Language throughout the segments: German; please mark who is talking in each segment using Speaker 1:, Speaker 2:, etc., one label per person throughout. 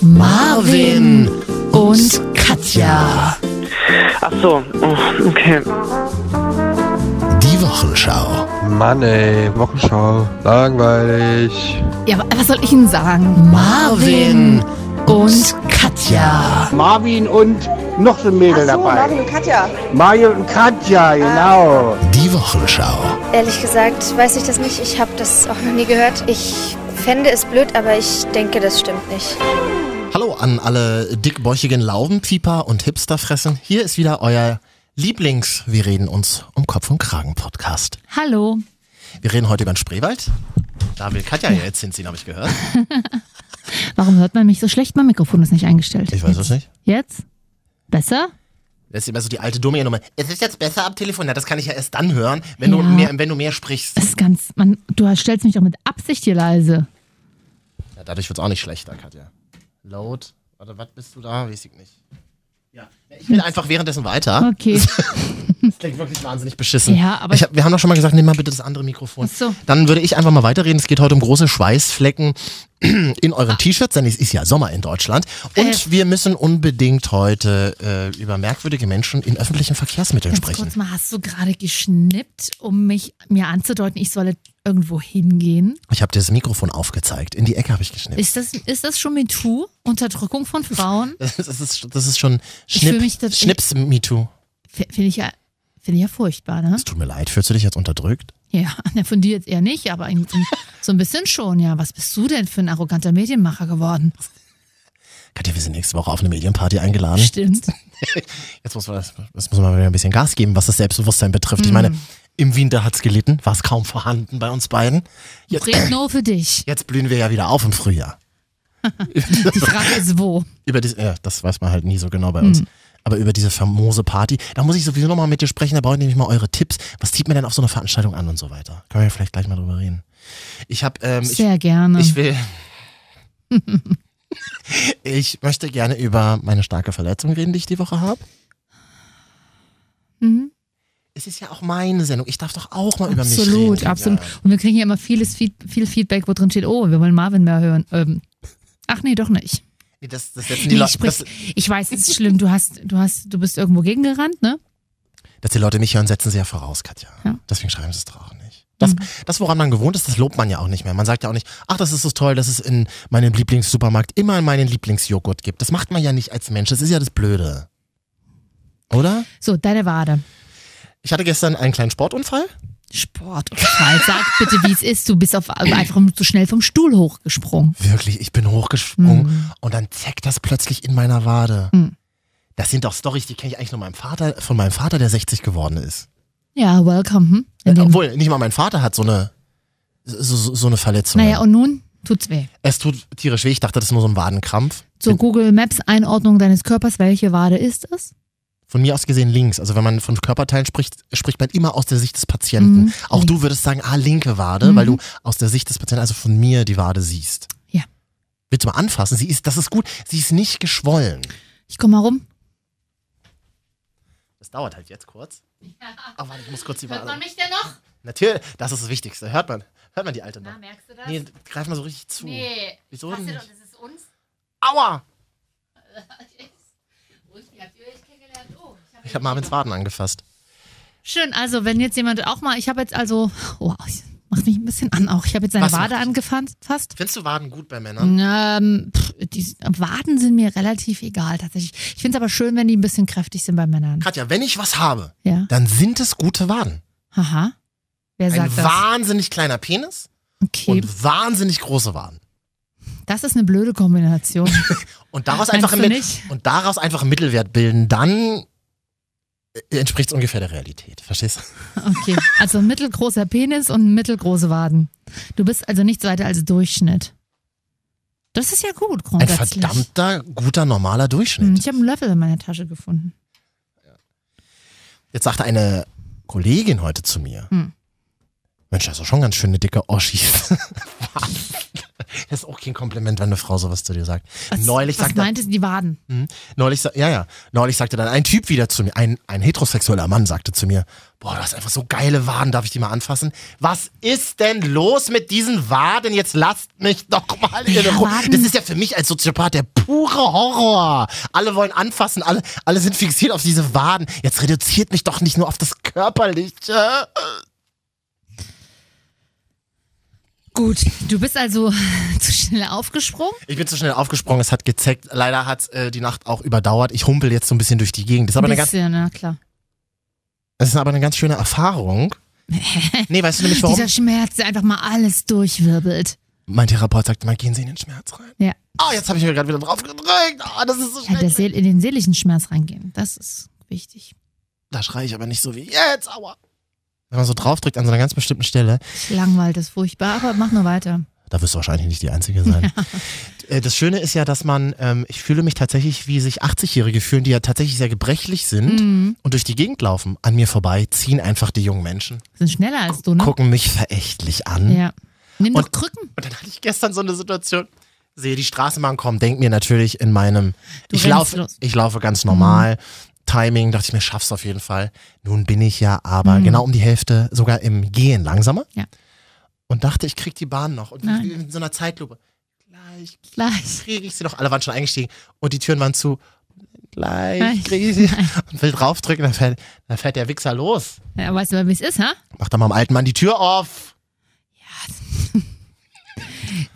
Speaker 1: Marvin und Katja.
Speaker 2: Ach so, oh, okay.
Speaker 3: Die Wochenschau.
Speaker 4: Mann ey, Wochenschau. Langweilig.
Speaker 1: Ja, aber was soll ich Ihnen sagen?
Speaker 3: Marvin
Speaker 1: und Katja.
Speaker 5: Marvin und noch so ein Mädel
Speaker 6: Ach so,
Speaker 5: dabei.
Speaker 6: Marvin und Katja. Ah.
Speaker 5: Mario und Katja, genau.
Speaker 3: Die Wochenschau.
Speaker 7: Ehrlich gesagt weiß ich das nicht. Ich habe das auch noch nie gehört. Ich fände es blöd, aber ich denke, das stimmt nicht.
Speaker 8: Hallo an alle dickbäuchigen Laubenpieper und Hipsterfressen. Hier ist wieder euer Lieblings Wir reden uns um Kopf und Kragen Podcast.
Speaker 1: Hallo.
Speaker 8: Wir reden heute über den Spreewald. Da will Katja ja jetzt hinziehen, habe ich gehört.
Speaker 1: Warum hört man mich so schlecht? Mein Mikrofon ist nicht eingestellt.
Speaker 8: Ich weiß es nicht.
Speaker 1: Jetzt? Besser?
Speaker 8: Das ist immer so die alte dumme Nummer. Es ist jetzt besser am Telefon. Na, das kann ich ja erst dann hören, wenn, du,
Speaker 1: Ja.
Speaker 8: mehr, wenn du mehr sprichst.
Speaker 1: Das ist ganz. Man, du stellst mich doch mit Absicht hier leise.
Speaker 8: Ja, dadurch wird es auch nicht schlechter, Katja. Load. Warte, was bist du da? Weiß ich nicht. Ja. Ich will einfach währenddessen weiter.
Speaker 1: Okay.
Speaker 8: Das klingt wirklich wahnsinnig beschissen.
Speaker 1: Ja, aber-
Speaker 8: Ich hab, wir haben doch schon mal gesagt, nimm mal bitte das andere Mikrofon.
Speaker 1: Ach so.
Speaker 8: Dann würde ich einfach mal weiterreden. Es geht heute um große Schweißflecken in euren T-Shirts, denn es ist ja Sommer in Deutschland. Und
Speaker 1: Ah. Äh.
Speaker 8: wir müssen unbedingt heute äh, über merkwürdige Menschen in öffentlichen Verkehrsmitteln
Speaker 1: Ganz
Speaker 8: sprechen.
Speaker 1: kurz mal, hast du gerade geschnippt, um mich mir anzudeuten, ich solle irgendwo hingehen?
Speaker 8: Ich habe dir das Mikrofon aufgezeigt. In die Ecke habe ich geschnippt.
Speaker 1: Ist das, ist das schon MeToo? Unterdrückung von Frauen?
Speaker 8: Das ist, das ist schon
Speaker 1: fühl
Speaker 8: Schnipp,
Speaker 1: mich das-
Speaker 8: Schnips Me Too.
Speaker 1: F- Finde ich ja. Finde ich ja furchtbar, ne?
Speaker 8: Es tut mir leid, fühlst du dich jetzt unterdrückt?
Speaker 1: Ja, na, von dir jetzt eher nicht, aber irgendwie so- so ein bisschen schon, ja. Was bist du denn für ein arroganter Medienmacher geworden?
Speaker 8: Katja, wir sind nächste Woche auf eine Medienparty eingeladen.
Speaker 1: Stimmt.
Speaker 8: Jetzt muss man, das- das muss man wieder ein bisschen Gas geben, was das Selbstbewusstsein betrifft.
Speaker 1: Mhm.
Speaker 8: Ich meine, im Winter hat's gelitten, war es kaum vorhanden bei uns beiden. Jetzt,
Speaker 1: Red nur für dich.
Speaker 8: jetzt blühen wir ja wieder auf im Frühjahr.
Speaker 1: Die Frage ist wo.
Speaker 8: Über das, ja, das weiß man halt nie so genau bei
Speaker 1: Mhm.
Speaker 8: uns. Aber über diese famose Party, da muss ich sowieso nochmal mit dir sprechen, da brauche ich nämlich mal eure Tipps. Was zieht man denn auf so eine Veranstaltung an und so weiter? Können wir ja vielleicht gleich mal drüber reden. Ich habe, ähm, ich,
Speaker 1: Sehr gerne.
Speaker 8: ich will... ich möchte gerne über meine starke Verletzung reden, die ich die Woche habe.
Speaker 1: Mhm.
Speaker 8: Es ist ja auch meine Sendung. Ich darf doch auch mal über mich reden.
Speaker 1: Absolut, absolut. Und wir kriegen ja immer vieles Feed, viel Feedback, wo drin steht, oh, wir wollen Marvin mehr hören. Ähm, ach nee, doch nicht.
Speaker 8: Nee, das, das setzen die
Speaker 1: Nee,
Speaker 8: Leute,
Speaker 1: ich, sprich,
Speaker 8: dass,
Speaker 1: ich weiß, es ist schlimm. Du hast, du hast, du bist irgendwo gegengerannt, ne?
Speaker 8: dass die Leute mich hören, setzen sie ja voraus, Katja.
Speaker 1: Ja. Mhm.
Speaker 8: Deswegen schreiben sie es doch auch nicht. Das, das, woran man gewohnt ist, das lobt man ja auch nicht mehr. Man sagt ja auch nicht, ach, das ist so toll, dass es in meinem Lieblingssupermarkt immer meinen Lieblingsjoghurt gibt. Das macht man ja nicht als Mensch. Das ist ja das Blöde. Oder?
Speaker 1: So, deine Wade.
Speaker 8: Ich hatte gestern einen kleinen Sportunfall.
Speaker 1: Sport und Fall. Sag bitte, wie es ist. Du bist auf, einfach nur zu schnell vom Stuhl hochgesprungen. Hm.
Speaker 8: Wirklich, ich bin hochgesprungen und dann zeckt das plötzlich in meiner Wade.
Speaker 1: Mhm.
Speaker 8: Das sind doch Storys, die kenne ich eigentlich nur meinem Vater, von meinem Vater, der 60 geworden ist.
Speaker 1: Ja, welcome. Hm? In
Speaker 8: Äh,
Speaker 1: dem-
Speaker 8: obwohl, nicht mal mein Vater hat so eine, so, so so eine Verletzung.
Speaker 1: naja, und nun tut's weh.
Speaker 8: es tut tierisch weh. Ich dachte, das ist nur so ein Wadenkrampf.
Speaker 1: Zur Google Maps Einordnung deines Körpers, welche Wade ist es?
Speaker 8: Von mir aus gesehen links. Also wenn man von Körperteilen spricht, spricht man immer aus der Sicht des Patienten.
Speaker 1: Mhm,
Speaker 8: Auch
Speaker 1: links.
Speaker 8: du würdest sagen, ah, linke Wade,
Speaker 1: Mhm.
Speaker 8: weil du aus der Sicht des Patienten, also von mir die Wade siehst.
Speaker 1: Ja.
Speaker 8: Willst du mal anfassen? Sie ist, das ist gut. Sie ist nicht geschwollen.
Speaker 1: Ich komme mal rum.
Speaker 8: Das dauert halt jetzt kurz. Ach, warte, ich muss kurz die Wade.
Speaker 1: mich denn noch?
Speaker 8: Natürlich, das ist das Wichtigste. Hört man, hört man die alte noch?
Speaker 1: merkst du Ah, das?
Speaker 8: Nee, greif mal so richtig zu. Wieso denn nicht?
Speaker 1: ist uns.
Speaker 8: Aua!
Speaker 1: Und wie habt ihr euch kennengelernt? Oh,
Speaker 8: Ich habe Marvins Waden angefasst.
Speaker 1: Schön, also wenn jetzt jemand auch mal, ich habe jetzt also, wow, ich- macht mich ein bisschen an auch. Ich habe jetzt seine
Speaker 8: Was macht Hm?
Speaker 1: Wade
Speaker 8: dich?
Speaker 1: angefasst.
Speaker 8: Findest du Waden gut bei Männern?
Speaker 1: Ähm, pff, die Waden sind mir relativ egal tatsächlich. Ich finde es aber schön, wenn die ein bisschen kräftig sind bei Männern.
Speaker 8: Katja, wenn ich was habe,
Speaker 1: Ja.
Speaker 8: dann sind es gute Waden.
Speaker 1: Haha. Wer
Speaker 8: Ein
Speaker 1: sagt das?
Speaker 8: wahnsinnig kleiner Penis
Speaker 1: Okay,
Speaker 8: und wahnsinnig große Waden.
Speaker 1: das ist eine blöde Kombination.
Speaker 8: Und daraus,
Speaker 1: Meinst
Speaker 8: einfach ein
Speaker 1: du
Speaker 8: Mit-
Speaker 1: nicht?
Speaker 8: und daraus einfach einen Mittelwert bilden, dann entspricht es ungefähr der Realität. Verstehst du?
Speaker 1: Okay, also mittelgroßer Penis und mittelgroße Waden. Du bist also nichts weiter als Durchschnitt. Das ist ja gut
Speaker 8: Ein
Speaker 1: grundsätzlich.
Speaker 8: verdammter, guter, normaler
Speaker 1: Oh, Hm,
Speaker 8: Durchschnitt.
Speaker 1: Ich habe einen Löffel in meiner Tasche gefunden.
Speaker 8: Jetzt sagte eine Kollegin heute zu mir,
Speaker 1: Hm.
Speaker 8: Mensch, das ist doch schon ganz schön eine dicke Oschi. das ist auch kein Kompliment, wenn eine Frau sowas zu dir sagt.
Speaker 1: Was,
Speaker 8: Neulich
Speaker 1: was
Speaker 8: sagte
Speaker 1: meintest du, die Waden?
Speaker 8: Neulich, sa- ja, ja. Neulich sagte dann ein Typ wieder zu mir, ein, ein heterosexueller Mann sagte zu mir, boah, du hast einfach so geile Waden, darf ich die mal anfassen? Was ist denn los mit diesen Waden? Jetzt lasst mich doch mal in
Speaker 1: Ja,
Speaker 8: Ruhe.
Speaker 1: Waden-
Speaker 8: Das ist ja für mich als Soziopath der pure Horror. Alle wollen anfassen, alle, alle sind fixiert auf diese Waden. Jetzt reduziert mich doch nicht nur auf das Körperliche.
Speaker 1: Gut, du bist also zu schnell aufgesprungen.
Speaker 8: Ich bin zu schnell aufgesprungen, es hat gezeckt. Leider hat äh, die Nacht auch überdauert. Ich humpel jetzt so ein bisschen durch die Gegend. Das ist aber eine ganz,
Speaker 1: bisschen, na klar.
Speaker 8: das ist aber eine ganz schöne Erfahrung. nee, weißt du nämlich warum?
Speaker 1: Dieser Schmerz, der einfach mal alles durchwirbelt.
Speaker 8: Mein Therapeut sagt immer, gehen Sie in den Schmerz rein.
Speaker 1: Ja.
Speaker 8: Ah, jetzt habe ich mir gerade wieder drauf gedrückt. Ah, das ist so
Speaker 1: Ja, der
Speaker 8: schlecht.
Speaker 1: Seel, in den seelischen Schmerz reingehen, das ist wichtig.
Speaker 8: Da schreie ich aber nicht so wie jetzt, aua. Wenn man so draufdrückt an so einer ganz bestimmten Stelle,
Speaker 1: Langweilt ist furchtbar, aber mach nur weiter.
Speaker 8: da wirst du wahrscheinlich nicht die Einzige sein. Äh, Das Schöne ist ja, dass man, ähm, ich fühle mich tatsächlich, wie sich 80-Jährige fühlen, die ja tatsächlich sehr gebrechlich sind
Speaker 1: Mhm.
Speaker 8: und durch die Gegend laufen. An mir vorbei ziehen einfach die jungen Menschen,
Speaker 1: Sind schneller als du, ne?
Speaker 8: gucken mich verächtlich an.
Speaker 1: Ja. Nimm doch
Speaker 8: Und-
Speaker 1: Krücken.
Speaker 8: Und dann hatte ich gestern so eine Situation. Sehe die Straßenbahn kommen, denk mir natürlich in meinem.
Speaker 1: Du
Speaker 8: ich,
Speaker 1: rennst
Speaker 8: laufe,
Speaker 1: los.
Speaker 8: ich laufe ganz normal. Timing, dachte ich mir, schaff's auf jeden Fall. Nun bin ich ja aber genau um die Hälfte sogar im Gehen langsamer.
Speaker 1: Mhm. Ja.
Speaker 8: Und dachte, ich krieg die Bahn noch. Und
Speaker 1: Nein.
Speaker 8: wie in so einer Zeitlupe. Gleich
Speaker 1: Gleich.
Speaker 8: kriege ich sie noch. Alle waren schon eingestiegen und die Türen waren zu. Gleich
Speaker 1: Nein.
Speaker 8: kriege ich sie. Und will draufdrücken, dann fährt, dann fährt der Wichser los.
Speaker 1: Ja, weißt du mal, wie es ist, ha?
Speaker 8: Macht dann mal dem alten Mann die Tür auf.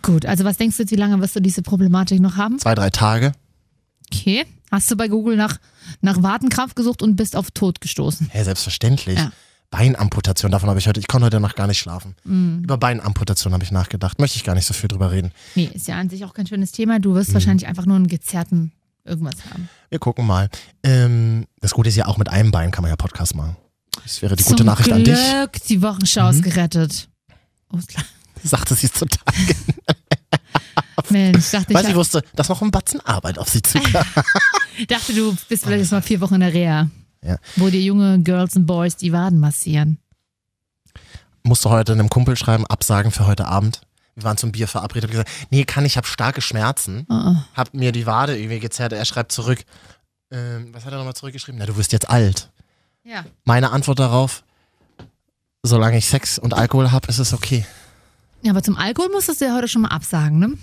Speaker 1: Gut, also was denkst du jetzt, wie lange wirst du diese Problematik noch haben?
Speaker 8: Zwei, drei Tage.
Speaker 1: Okay. Hast du bei Google nach, nach Wadenkrampf gesucht und bist auf Tod gestoßen?
Speaker 8: Ja, selbstverständlich.
Speaker 1: Ja.
Speaker 8: Beinamputation, davon habe ich heute, ich konnte heute Nacht gar nicht schlafen.
Speaker 1: Mhm.
Speaker 8: Über Beinamputation habe ich nachgedacht. Möchte ich gar nicht so viel drüber reden.
Speaker 1: Nee, ist ja an sich auch kein schönes Thema. Du
Speaker 8: Mhm.
Speaker 1: wirst wahrscheinlich einfach nur einen gezerrten irgendwas haben.
Speaker 8: Wir gucken mal. Ähm, das Gute ist ja, auch mit einem Bein kann man ja Podcast machen. Das wäre die gute
Speaker 1: Zum
Speaker 8: Nachricht
Speaker 1: Glück,
Speaker 8: an dich. Mhm.
Speaker 1: die Wochenschau ist gerettet. Oh, klar.
Speaker 8: Sagt es jetzt total.
Speaker 1: Mensch, ich dachte,
Speaker 8: Weil sie
Speaker 1: ich,
Speaker 8: wusste, dass noch ein Batzen Arbeit auf sie zukam.
Speaker 1: dachte, du bist vielleicht jetzt mal vier Wochen in der Reha.
Speaker 8: Ja.
Speaker 1: Wo dir junge Girls und Boys die Waden massieren.
Speaker 8: Musste heute einem Kumpel schreiben, absagen für heute Abend. Wir waren zum Bier verabredet. Hab gesagt, nee, kann ich, habe starke Schmerzen.
Speaker 1: Oh, oh.
Speaker 8: Hab mir die Wade irgendwie gezerrt. Er schreibt zurück. Ähm, was hat er nochmal zurückgeschrieben? Na, du wirst jetzt alt.
Speaker 1: Ja.
Speaker 8: Meine Antwort darauf, solange ich Sex und Alkohol habe, ist es okay.
Speaker 1: ja, aber zum Alkohol musstest du ja heute schon mal absagen, ne?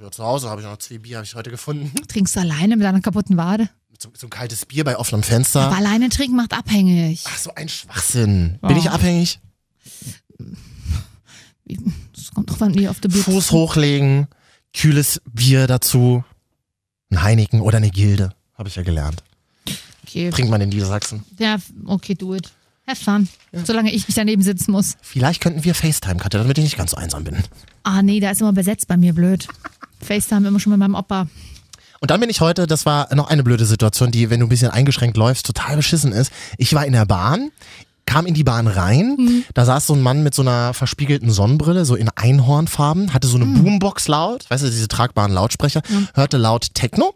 Speaker 8: Ja, zu Hause habe ich noch zwei Bier, habe ich heute gefunden.
Speaker 1: Trinkst du alleine mit deiner kaputten Wade?
Speaker 8: So, so ein kaltes Bier bei offenem
Speaker 1: Aber
Speaker 8: Fenster.
Speaker 1: alleine trinken macht abhängig.
Speaker 8: Ach, so ein Schwachsinn. Bin ich
Speaker 1: Oh.
Speaker 8: abhängig?
Speaker 1: Das kommt drauf an, wie oft du bist.
Speaker 8: Fuß hochlegen, kühles Bier dazu, ein Heineken oder eine Gilde. Habe ich ja gelernt.
Speaker 1: Okay.
Speaker 8: Trinkt man in Niedersachsen.
Speaker 1: Ja, okay, do it. Have fun. Solange ich nicht daneben sitzen muss.
Speaker 8: Vielleicht könnten wir FaceTime, Katja, damit ich nicht ganz so einsam bin.
Speaker 1: Ah, nee, da ist immer besetzt bei mir, blöd. FaceTime immer schon mit meinem Opa.
Speaker 8: Und dann bin ich heute, das war noch eine blöde Situation, die, wenn du ein bisschen eingeschränkt läufst, total beschissen ist. Ich war in der Bahn, kam in die Bahn rein,
Speaker 1: Mhm.
Speaker 8: da saß so ein Mann mit so einer verspiegelten Sonnenbrille, so in Einhornfarben, hatte so eine
Speaker 1: Mhm.
Speaker 8: Boombox laut, weißt du, diese tragbaren Lautsprecher, hörte laut Techno.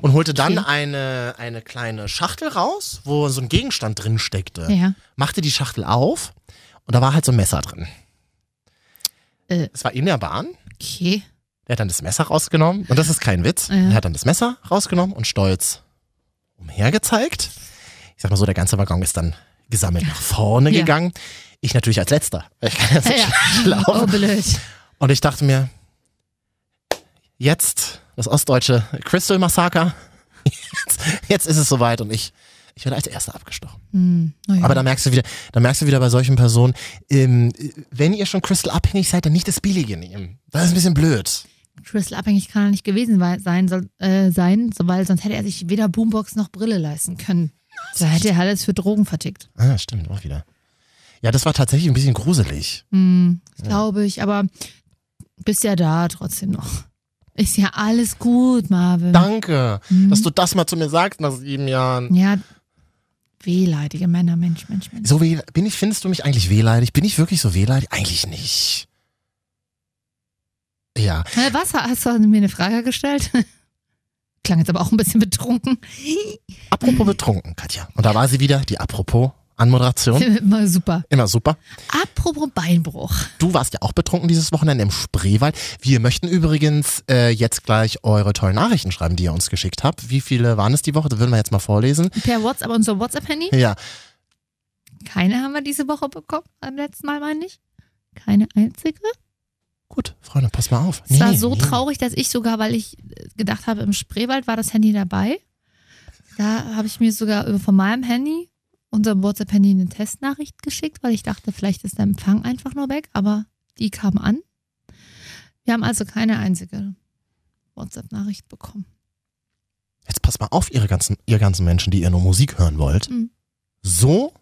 Speaker 8: Und holte dann eine, eine kleine Schachtel raus, wo so ein Gegenstand drin steckte.
Speaker 1: Ja.
Speaker 8: Machte die Schachtel auf und da war halt so ein Messer drin.
Speaker 1: Äh.
Speaker 8: Es war in der Bahn.
Speaker 1: Okay.
Speaker 8: Er hat dann das Messer rausgenommen und das ist kein Witz.
Speaker 1: Ja.
Speaker 8: Er hat dann das Messer rausgenommen und stolz umhergezeigt. Ich sag mal so, der ganze Waggon ist dann gesammelt nach vorne
Speaker 1: Ja.
Speaker 8: gegangen. Ich natürlich als letzter. Ich kann jetzt nicht
Speaker 1: Ja.
Speaker 8: laufen.
Speaker 1: Oh, blöd.
Speaker 8: Und ich dachte mir, jetzt das ostdeutsche Crystal Massaker. Jetzt, jetzt ist es soweit und ich, ich werde als Erster abgestochen.
Speaker 1: Hm, na ja.
Speaker 8: Aber da merkst du wieder, da merkst du wieder bei solchen Personen, ähm, wenn ihr schon Crystal abhängig seid, dann nicht das Billige nehmen. Das ist ein bisschen blöd.
Speaker 1: Crystal abhängig kann er nicht gewesen wei- sein, soll, äh, sein, so, weil sonst hätte er sich weder Boombox noch Brille leisten können. Da hätte er alles für Drogen vertickt.
Speaker 8: Ah, stimmt, auch wieder. Ja, das war tatsächlich ein bisschen gruselig.
Speaker 1: Hm, das glaube ich, aber bist ja da trotzdem noch. Ist ja alles gut, Marvin.
Speaker 8: Danke,
Speaker 1: Mhm.
Speaker 8: dass du das mal zu mir sagst nach sieben Jahren.
Speaker 1: Ja, wehleidige Männer, Mensch, Mensch, Mensch.
Speaker 8: So weh, bin ich, findest du mich eigentlich wehleidig? Bin ich wirklich so wehleidig? Eigentlich nicht. Ja,
Speaker 1: Äh, was? Hast du mir eine Frage gestellt? Klang jetzt aber auch ein bisschen betrunken.
Speaker 8: apropos betrunken, Katja. Und da war sie wieder, die apropos Anmoderation.
Speaker 1: Immer super.
Speaker 8: Immer super.
Speaker 1: Apropos Beinbruch.
Speaker 8: Du warst ja auch betrunken dieses Wochenende im Spreewald. Wir möchten übrigens äh, jetzt gleich eure tollen Nachrichten schreiben, die ihr uns geschickt habt. Wie viele waren es die Woche? Das würden wir jetzt mal vorlesen.
Speaker 1: Per WhatsApp, unser WhatsApp-Handy.
Speaker 8: Ja,
Speaker 1: Keine haben wir diese Woche bekommen. Beim letzten Mal meine ich. Keine einzige.
Speaker 8: gut, Freunde, passt mal auf.
Speaker 1: Es war
Speaker 8: Nee,
Speaker 1: so
Speaker 8: nee.
Speaker 1: traurig, dass ich sogar, weil ich gedacht habe, im Spreewald war das Handy dabei. Da habe ich mir sogar über- von meinem Handy, unserem WhatsApp-Handy, eine Testnachricht geschickt, weil ich dachte, vielleicht ist der Empfang einfach nur weg, aber die kam an. Wir haben also keine einzige WhatsApp-Nachricht bekommen.
Speaker 8: Jetzt passt mal auf, ihre ganzen, ihr ganzen Menschen, die ihr nur Musik hören wollt.
Speaker 1: Mhm.
Speaker 8: So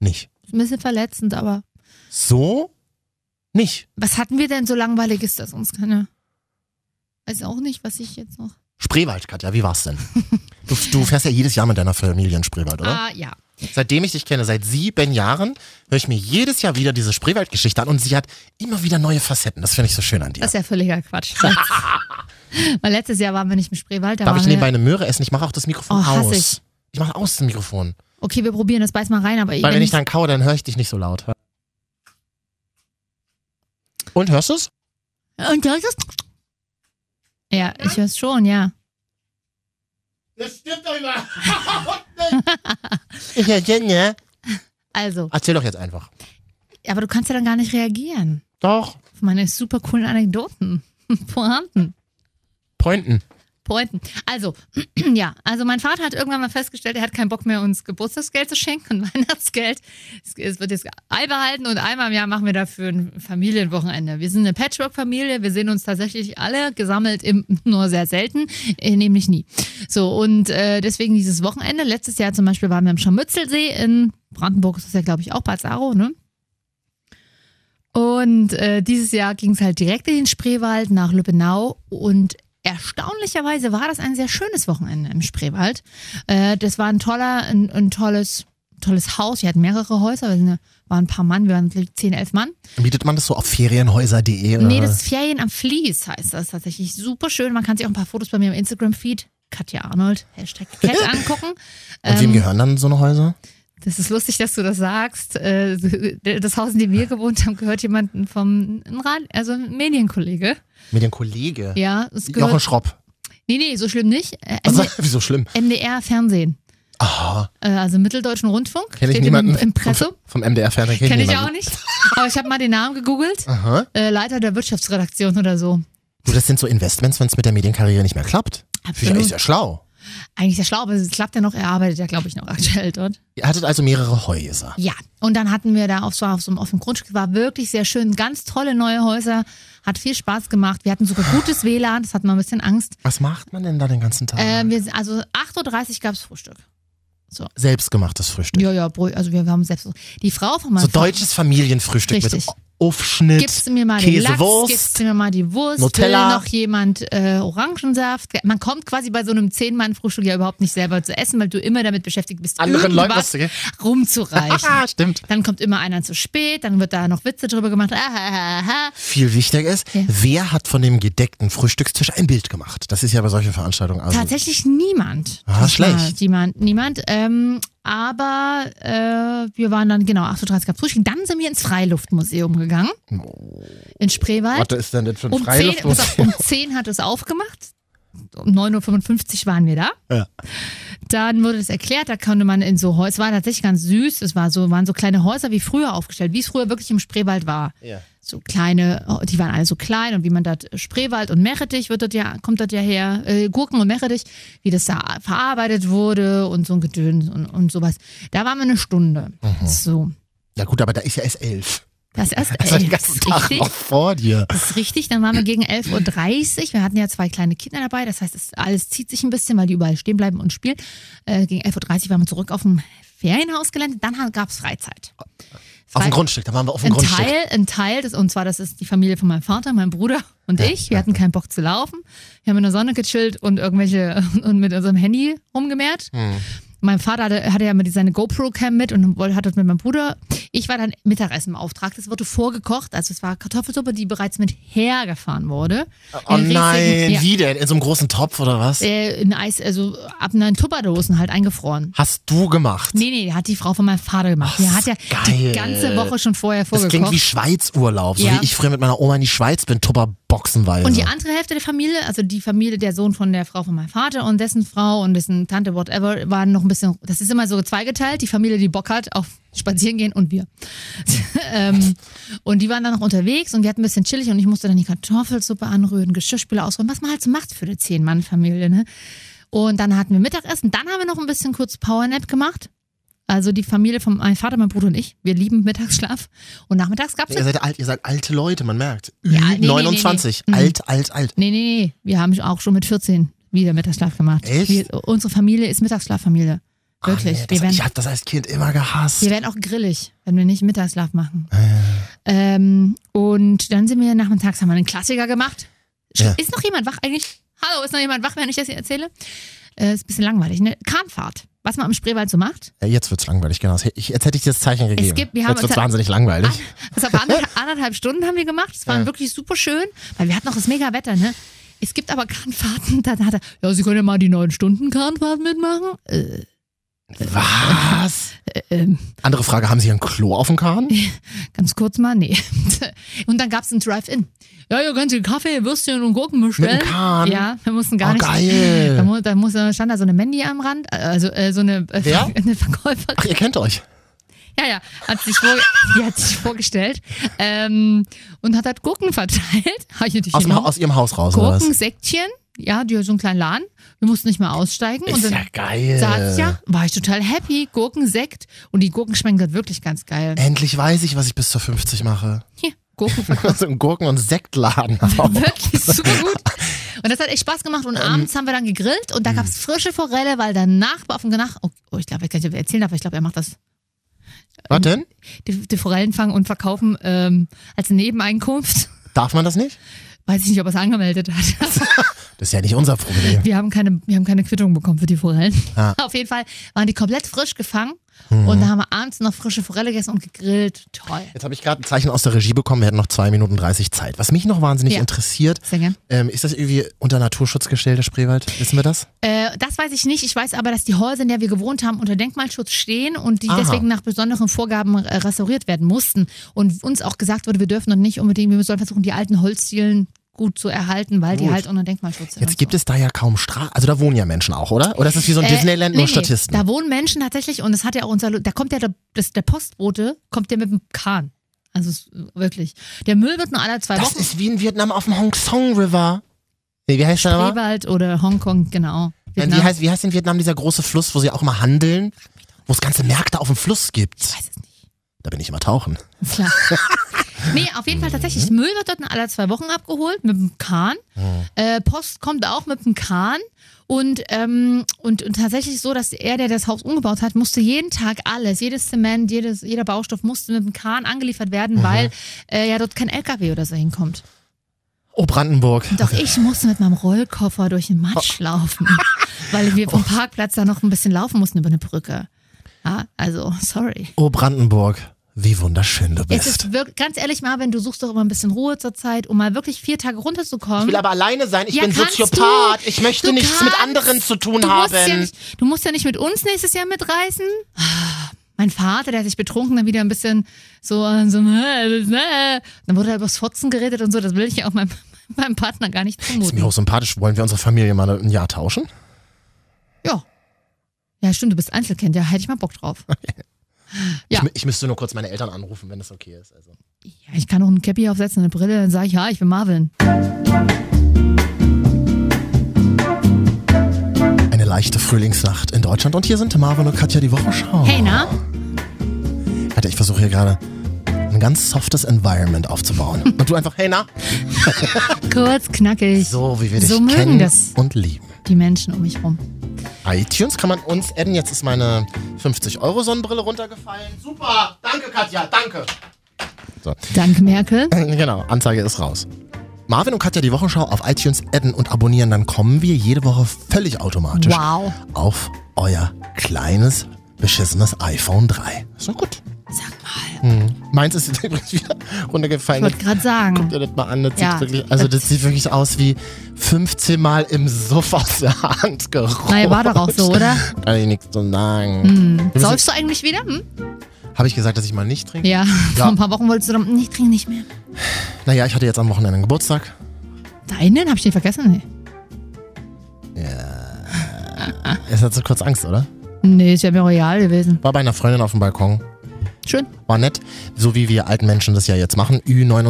Speaker 8: nicht.
Speaker 1: Ist ein bisschen verletzend, aber
Speaker 8: So nicht.
Speaker 1: was hatten wir denn so langweiliges, dass uns keine. Weiß auch nicht, was ich jetzt noch.
Speaker 8: Spreewald, Katja, wie war's denn? Du, du fährst ja jedes Jahr mit deiner Familie in Spreewald, oder?
Speaker 1: Ah, ja.
Speaker 8: Seitdem ich dich kenne, seit sieben Jahren, höre ich mir jedes Jahr wieder diese Spreewald-Geschichte an und sie hat immer wieder neue Facetten. Das finde ich so schön an dir.
Speaker 1: Das ist ja völliger Quatsch. Weil letztes Jahr waren wir nicht im Spreewald. Da
Speaker 8: Darf
Speaker 1: waren
Speaker 8: ich
Speaker 1: wir-
Speaker 8: nebenbei eine Möhre essen? Ich mache auch das Mikrofon
Speaker 1: Oh, hasse
Speaker 8: aus.
Speaker 1: ich.
Speaker 8: ich mache aus das Mikrofon.
Speaker 1: Okay, wir probieren das. Beiß mal rein, aber
Speaker 8: Weil wenn ich dann kaue, dann höre ich dich nicht so laut. Und hörst du es?
Speaker 1: Und da ist das. Ja, ich höre es schon, ja.
Speaker 8: Das stimmt doch überhaupt nicht. ja, ja, ja.
Speaker 1: Also,
Speaker 8: Erzähl doch jetzt einfach.
Speaker 1: aber du kannst ja dann gar nicht reagieren
Speaker 8: Doch.
Speaker 1: auf meine super coolen Anekdoten. Vorhanden.
Speaker 8: Pointen.
Speaker 1: Pointen. Also, ja, also mein Vater hat irgendwann mal festgestellt, er hat keinen Bock mehr, uns Geburtstagsgeld zu schenken und Weihnachtsgeld. Es, es wird jetzt beibehalten und einmal im Jahr machen wir dafür ein Familienwochenende. Wir sind eine Patchwork-Familie, wir sehen uns tatsächlich alle gesammelt, im, nur sehr selten, äh, nämlich nie. So, und äh, deswegen dieses Wochenende. Letztes Jahr zum Beispiel waren wir im Scharmützelsee in Brandenburg, ist das ja, glaube ich, auch Balzaro, ne? Und äh, dieses Jahr ging es halt direkt in den Spreewald nach Lübbenau und erstaunlicherweise war das ein sehr schönes Wochenende im Spreewald. Äh, das war ein toller, ein, ein tolles, tolles Haus. Wir hatten mehrere Häuser, wir sind, eine- waren ein paar Mann, wir waren vielleicht zehn, elf Mann.
Speaker 8: Bietet man das so auf ferienhäuser.de? oder
Speaker 1: Nee,
Speaker 8: was?
Speaker 1: das ist Ferien am Fließ heißt das tatsächlich. Super schön. Man kann sich auch ein paar Fotos bei mir im Instagram-Feed, Katja Arnold, Hashtag Cat angucken.
Speaker 8: und wem
Speaker 1: Ähm,
Speaker 8: gehören dann so eine Häuser?
Speaker 1: das ist lustig, dass du das sagst. Äh, Das Haus, in dem wir gewohnt haben, gehört jemandem vom, ein Rad- also ein Medienkollege.
Speaker 8: Mit dem Kollege.
Speaker 1: Ja, es
Speaker 8: Jochen
Speaker 1: gehört. Äh,
Speaker 8: Schropp.
Speaker 1: Nee, nee, so schlimm nicht. Äh,
Speaker 8: Also,
Speaker 1: MD-
Speaker 8: wieso schlimm?
Speaker 1: MDR Fernsehen.
Speaker 8: Aha.
Speaker 1: Äh, Also Mitteldeutschen Rundfunk.
Speaker 8: Kenne ich
Speaker 1: Steht
Speaker 8: niemanden.
Speaker 1: Im Impressum.
Speaker 8: Vom, vom MDR-Fernsehen
Speaker 1: Kenne ich auch
Speaker 8: niemanden. Ah.
Speaker 1: nicht. Aber ich habe mal den Namen gegoogelt.
Speaker 8: Aha.
Speaker 1: Äh, Leiter der Wirtschaftsredaktion oder so.
Speaker 8: Du, das sind so Investments, wenn es mit der Medienkarriere nicht mehr klappt. Finde ich
Speaker 1: Absolut.
Speaker 8: sehr schlau.
Speaker 1: Eigentlich sehr schlau, aber es klappt ja noch. Er arbeitet ja, glaube ich, noch aktuell dort.
Speaker 8: Ihr hattet also mehrere Häuser.
Speaker 1: Ja, und dann hatten wir da auf so, auf so einem offenen Grundstück, war wirklich sehr schön, ganz tolle neue Häuser, hat viel Spaß gemacht. Wir hatten sogar gutes WLAN, das hatten wir ein bisschen Angst.
Speaker 8: Was macht man denn da den ganzen Tag?
Speaker 1: Äh, wir, also 8.30 Uhr gab es Frühstück.
Speaker 8: Selbstgemachtes Frühstück.
Speaker 1: Ja, ja, Brü- also wir haben selbst. Die Frau von meinem
Speaker 8: so
Speaker 1: Vater-
Speaker 8: deutsches Familienfrühstück
Speaker 1: Richtig.
Speaker 8: mit Aufschnitt.
Speaker 1: Gibst du mir mal den Lachs,
Speaker 8: Käsewurst.
Speaker 1: gibst du mir mal die Wurst,
Speaker 8: Nutella.
Speaker 1: will noch jemand äh, Orangensaft. Man kommt quasi bei so einem Zehn-Mann-Frühstück ja überhaupt nicht selber zu essen, weil du immer damit beschäftigt bist,
Speaker 8: anderen Leuten was
Speaker 1: irgendwas
Speaker 8: zu geben.
Speaker 1: rumzureichen.
Speaker 8: Ah, stimmt.
Speaker 1: Dann kommt immer einer zu spät, dann wird da noch Witze drüber gemacht. Ah, Ahahaha.
Speaker 8: Viel wichtiger ist,
Speaker 1: Ja.
Speaker 8: wer hat von dem gedeckten Frühstückstisch ein Bild gemacht? Das ist ja bei solchen Veranstaltungen also.
Speaker 1: Tatsächlich niemand.
Speaker 8: Ah,
Speaker 1: Das war
Speaker 8: schlecht.
Speaker 1: Niemand, niemand. Ähm, aber äh, wir waren dann, genau, 8.30 Uhr gab Frühstück. Dann sind wir ins Freiluftmuseum gegangen.
Speaker 8: Oh.
Speaker 1: In Spreewald.
Speaker 8: ist denn das für
Speaker 1: Um 10, pass auf, um 10 hat es aufgemacht. Um 9.55 Uhr waren wir da.
Speaker 8: Ja.
Speaker 1: Dann wurde es erklärt, da konnte man in so Häuser, es war tatsächlich ganz süß, es war so, waren so kleine Häuser wie früher aufgestellt, wie es früher wirklich im Spreewald war.
Speaker 8: Ja.
Speaker 1: So kleine, die waren alle so klein und wie man das Spreewald und Meerrettich wird dort ja, kommt dort ja her, äh, Gurken und Meerrettich, wie das da verarbeitet wurde und so ein Gedöns und, und sowas. Da waren wir eine Stunde.
Speaker 8: Mhm.
Speaker 1: So.
Speaker 8: ja gut, aber da ist ja erst elf.
Speaker 1: Das erst
Speaker 8: Also den
Speaker 1: elf,
Speaker 8: ganzen Tag
Speaker 1: richtig?
Speaker 8: noch vor dir.
Speaker 1: Das ist richtig, dann waren wir gegen 11.30 Uhr. Wir hatten ja zwei kleine Kinder dabei, das heißt, es, alles zieht sich ein bisschen, weil die überall stehen bleiben und spielen. Äh, gegen 11.30 Uhr waren wir zurück auf dem Ferienhausgelände, dann gab es Freizeit.
Speaker 8: Auf
Speaker 1: Frei-
Speaker 8: dem Grundstück, da waren wir auf dem
Speaker 1: ein
Speaker 8: Grundstück.
Speaker 1: Teil, ein Teil, des, und zwar das ist die Familie von meinem Vater, meinem Bruder und ich. Wir hatten keinen Bock zu
Speaker 8: Hm.
Speaker 1: laufen. Wir haben in der Sonne gechillt und irgendwelche und mit unserem Handy rumgemäht. mein Vater hatte, hatte ja immer die- seine GoPro-Cam mit und wollte- hatte das mit meinem Bruder. Ich war dann Mittagessen beauftragt. Es wurde vorgekocht. Also es war Kartoffelsuppe, die bereits mit hergefahren wurde.
Speaker 8: Oh
Speaker 1: In riesigen-
Speaker 8: nein,
Speaker 1: ja.
Speaker 8: wie denn? In so einem großen Topf oder was?
Speaker 1: Äh, in Eis, also ab neun Tupperdosen halt eingefroren.
Speaker 8: Hast du gemacht?
Speaker 1: Nee, nee, hat die Frau von meinem Vater gemacht.
Speaker 8: Ach,
Speaker 1: die hat ja die
Speaker 8: geil.
Speaker 1: ganze Woche schon vorher
Speaker 8: das
Speaker 1: vorgekocht.
Speaker 8: klingt wie Schweizurlaub, so
Speaker 1: Ja.
Speaker 8: wie ich früher mit meiner Oma in die Schweiz bin, Tupperboxenweise.
Speaker 1: Und die andere Hälfte der Familie, also die Familie, der Sohn von der Frau von meinem Vater und dessen Frau und dessen Tante, whatever, waren noch ein bisschen, das ist immer so zweigeteilt, die Familie, die Bock hat auf Spazieren gehen und wir. ähm, und die waren dann noch unterwegs und wir hatten ein bisschen chillig und ich musste dann die Kartoffelsuppe anrühren, Geschirrspüler ausräumen, was man halt so macht für eine Zehn-Mann-Familie. Ne? Und dann hatten wir Mittagessen, dann haben wir noch ein bisschen kurz Powernap gemacht. Also die Familie von meinem Vater, mein Bruder und ich, wir lieben Mittagsschlaf. Und nachmittags gab es
Speaker 8: ihr, seid alt, ihr seid alte Leute, man merkt.
Speaker 1: Ja, nee, nee,
Speaker 8: 29,
Speaker 1: nee, Mhm. nee.
Speaker 8: alt, alt, alt.
Speaker 1: Nee, nee, nee. Wir haben auch schon mit 14 wieder Mittagsschlaf gemacht.
Speaker 8: Echt?
Speaker 1: Wir, unsere Familie ist Mittagsschlaffamilie. Wirklich.
Speaker 8: Ah, nee,
Speaker 1: wir,
Speaker 8: das,
Speaker 1: werden,
Speaker 8: ich hab das als Kind immer gehasst.
Speaker 1: wir werden auch grillig, wenn wir nicht Mittagsschlaf machen.
Speaker 8: Ja, ja.
Speaker 1: Ähm, und dann sind wir nachmittags, haben wir einen Klassiker gemacht. Sch-
Speaker 8: Ja.
Speaker 1: Ist noch jemand wach eigentlich? Hallo, ist noch jemand wach, wenn ich das hier erzähle? Äh, ist ein bisschen langweilig, ne? Kahnfahrt. Was man am Spreewald so macht.
Speaker 8: Ja, jetzt wird's langweilig, genau. Ich, jetzt hätte ich dir das Zeichen gegeben.
Speaker 1: gibt- wir haben-
Speaker 8: jetzt wird's wahnsinnig langweilig.
Speaker 1: Das war anderthalb, anderthalb Stunden haben wir gemacht. Es war
Speaker 8: Ja.
Speaker 1: wirklich super schön, weil wir hatten auch das mega Wetter, ne? Es gibt aber Kahnfahrten, da hat er, ja, Sie können ja mal die neun Stunden Kahnfahrt mitmachen. Äh,
Speaker 8: Was?
Speaker 1: ähm,
Speaker 8: Andere Frage, haben Sie ein Klo auf dem Kahn?
Speaker 1: Ganz kurz mal, nee. Und dann gab's ein Drive-In. Ja, ihr könnt den Kaffee, Würstchen und Gurken bestellen.
Speaker 8: Mit dem Kahn?
Speaker 1: Ja, wir mussten gar
Speaker 8: oh,
Speaker 1: nicht. Da,
Speaker 8: geil.
Speaker 1: mu da muss, stand da so eine Mandy am Rand, äh, also äh, so eine, äh,
Speaker 8: Wer?
Speaker 1: eine Verkäuferin.
Speaker 8: Ach, ihr kennt euch.
Speaker 1: Ja, ja, hat sich, vor die hat sich vorgestellt ähm, und hat halt Gurken verteilt. Habe ich natürlich
Speaker 8: Aus, dem, Ha-
Speaker 1: genommen.
Speaker 8: aus ihrem Haus raus, oder was?
Speaker 1: Gurken, Säckchen, ja, die hat so einen kleinen Laden. Wir mussten nicht mal aussteigen. und
Speaker 8: Ist
Speaker 1: dann
Speaker 8: ja geil.
Speaker 1: saß ja, war ich total happy. Gurken, Sekt und die Gurken schmecken gerade wirklich ganz geil.
Speaker 8: Endlich weiß ich, was ich bis zur 50 mache.
Speaker 1: Hier, Gurken
Speaker 8: so einen Gurken- und Sektladen.
Speaker 1: Wirklich super gut. Und das hat echt Spaß gemacht. Und abends haben wir dann gegrillt und da gab es frische Forelle, weil der Nachbar auf dem Genach. Oh, oh ich glaube, ich kann nicht ob er erzählen, darf, aber ich glaube, er macht das.
Speaker 8: Was denn?
Speaker 1: Die, die Forellen fangen und verkaufen ähm, als Nebeneinkunft.
Speaker 8: Darf man das nicht?
Speaker 1: Weiß ich nicht, ob er es angemeldet hat.
Speaker 8: Das ist ja nicht unser Problem.
Speaker 1: Wir haben keine, wir haben keine Quittung bekommen für die Forellen.
Speaker 8: Ah.
Speaker 1: Auf jeden Fall waren die komplett frisch gefangen. Und da haben wir abends noch frische Forelle gegessen und gegrillt. Toll.
Speaker 8: Jetzt habe ich gerade ein Zeichen aus der Regie bekommen, wir hätten noch 2 Minuten 30 Zeit. Was mich noch wahnsinnig
Speaker 1: Ja.
Speaker 8: interessiert,
Speaker 1: Sehr gern.
Speaker 8: ähm, ist das irgendwie unter Naturschutz gestellt, der Spreewald? Wissen wir das?
Speaker 1: Äh, das weiß ich nicht. Ich weiß aber, dass die Häuser, in der wir gewohnt haben, unter Denkmalschutz stehen und die
Speaker 8: Aha.
Speaker 1: deswegen nach besonderen Vorgaben äh, restauriert werden mussten. Und uns auch gesagt wurde, wir dürfen noch nicht unbedingt, wir sollen versuchen, die alten Holzstielen gut zu erhalten, weil die
Speaker 8: Gut.
Speaker 1: halt unter Denkmalschutz sind.
Speaker 8: Jetzt
Speaker 1: und
Speaker 8: gibt
Speaker 1: so.
Speaker 8: es da ja kaum Stra... Also da wohnen ja Menschen auch, oder? Oder ist das wie so ein
Speaker 1: Äh,
Speaker 8: Disneyland
Speaker 1: nee,
Speaker 8: nur
Speaker 1: nee.
Speaker 8: Statisten?
Speaker 1: Da wohnen Menschen tatsächlich und das hat ja auch unser, Lo- da kommt ja der, das, der Postbote, kommt der mit dem Kahn. Also es- wirklich. Der Müll wird nur alle zwei
Speaker 8: das
Speaker 1: Wochen
Speaker 8: ist wie in Vietnam auf dem Hong Song River. Nee, wie heißt der nochmal?
Speaker 1: Spreewald oder Hongkong, genau.
Speaker 8: Nein, Wie heißt, wie heißt in Vietnam dieser große Fluss, wo sie auch immer handeln? Wo es ganze Märkte auf dem Fluss gibt.
Speaker 1: weiß es nicht.
Speaker 8: Da bin ich immer tauchen.
Speaker 1: Klar. Nee, auf jeden Fall tatsächlich. Müll wird dort alle zwei Wochen abgeholt mit dem Kahn. Äh, Post kommt auch mit dem Kahn. Und, ähm, und, und tatsächlich so, dass er, der das Haus umgebaut hat, musste jeden Tag alles, jedes Zement, jedes, jeder Baustoff musste mit dem Kahn angeliefert werden, weil äh, ja dort kein LKW oder so hinkommt.
Speaker 8: Oh, Brandenburg.
Speaker 1: Doch ich musste mit meinem Rollkoffer durch den Matsch laufen, weil wir vom Parkplatz da noch ein bisschen laufen mussten über eine Brücke. Ja, also, sorry.
Speaker 8: Oh, Brandenburg. Wie wunderschön du
Speaker 1: Es
Speaker 8: bist.
Speaker 1: ist wirklich, ganz ehrlich, Marvin, du suchst doch immer ein bisschen Ruhe zur Zeit, um mal wirklich vier Tage runterzukommen.
Speaker 8: Ich will aber alleine sein. Ich
Speaker 1: Ja,
Speaker 8: bin
Speaker 1: kannst
Speaker 8: Soziopath.
Speaker 1: du.
Speaker 8: Ich möchte
Speaker 1: Du
Speaker 8: nichts
Speaker 1: kannst.
Speaker 8: mit anderen zu tun
Speaker 1: du
Speaker 8: haben.
Speaker 1: musst, ja nicht, du musst ja nicht mit uns nächstes Jahr mitreisen. Ah, Mein Vater, der hat sich betrunken, dann wieder ein bisschen so, äh, so äh, äh. dann wurde er übers Fotzen geredet und so, das will ich ja auch meinem, meinem Partner gar nicht
Speaker 8: ist mir
Speaker 1: zumuten.
Speaker 8: hochsympathisch. Wollen wir unsere Familie mal ein Jahr tauschen?
Speaker 1: Ja. Ja, stimmt, du bist Einzelkind, ja, hätte ich mal Bock drauf. Ja.
Speaker 8: Ich, mü- ich müsste nur kurz meine Eltern anrufen, wenn das okay ist. Also.
Speaker 1: Ja, ich kann auch einen Cappy aufsetzen, eine Brille, dann sage ich, ja, ich bin Marvin.
Speaker 8: Eine leichte Frühlingsnacht in Deutschland. Und hier sind Marvin und Katja die Wochenschau.
Speaker 1: Hey, na?
Speaker 8: Katja, ich versuche hier gerade ein ganz softes Environment aufzubauen. Und du einfach, hey, na?
Speaker 1: Kurz, knackig.
Speaker 8: So, wie wir dich
Speaker 1: So mögen
Speaker 8: kennen
Speaker 1: das.
Speaker 8: und lieben.
Speaker 1: Die Menschen um mich rum.
Speaker 8: iTunes kann man uns adden. Jetzt ist meine 50-Euro-Sonnenbrille runtergefallen. Super, danke Katja, danke.
Speaker 1: Danke, Merkel.
Speaker 8: Genau, Anzeige ist raus. Marvin und Katja die Wochenschau auf iTunes adden und abonnieren, dann kommen wir jede Woche völlig automatisch
Speaker 1: Wow.
Speaker 8: auf euer kleines, beschissenes iPhone 3. Ist doch gut.
Speaker 1: Sag mal.
Speaker 8: Hm. Meins ist jetzt übrigens wieder
Speaker 1: Ich
Speaker 8: runtergefallen.
Speaker 1: wollte gerade sagen.
Speaker 8: Guckt ihr das mal an, das
Speaker 1: Ja,
Speaker 8: sieht wirklich, also das
Speaker 1: das-
Speaker 8: sieht wirklich aus wie 15 Mal im Suff aus der Hand gerutscht.
Speaker 1: Na, war doch auch so, oder?
Speaker 8: Kann ich nichts zu sagen.
Speaker 1: Hm.
Speaker 8: müssen-
Speaker 1: Säufst du eigentlich wieder? Hm?
Speaker 8: Habe ich gesagt, dass ich mal nicht trinke?
Speaker 1: Ja, vor
Speaker 8: Ja.
Speaker 1: ein paar Wochen wolltest du doch, nee, ich trinke nicht mehr.
Speaker 8: Naja, ich hatte jetzt am Wochenende einen Geburtstag.
Speaker 1: Deinen? Hab ich den vergessen? Nee.
Speaker 8: Es hat so kurz Angst, oder?
Speaker 1: Nee, ist ja mir royal gewesen.
Speaker 8: War bei einer Freundin auf dem Balkon.
Speaker 1: Schön.
Speaker 8: War nett, so wie wir alten Menschen das ja jetzt machen.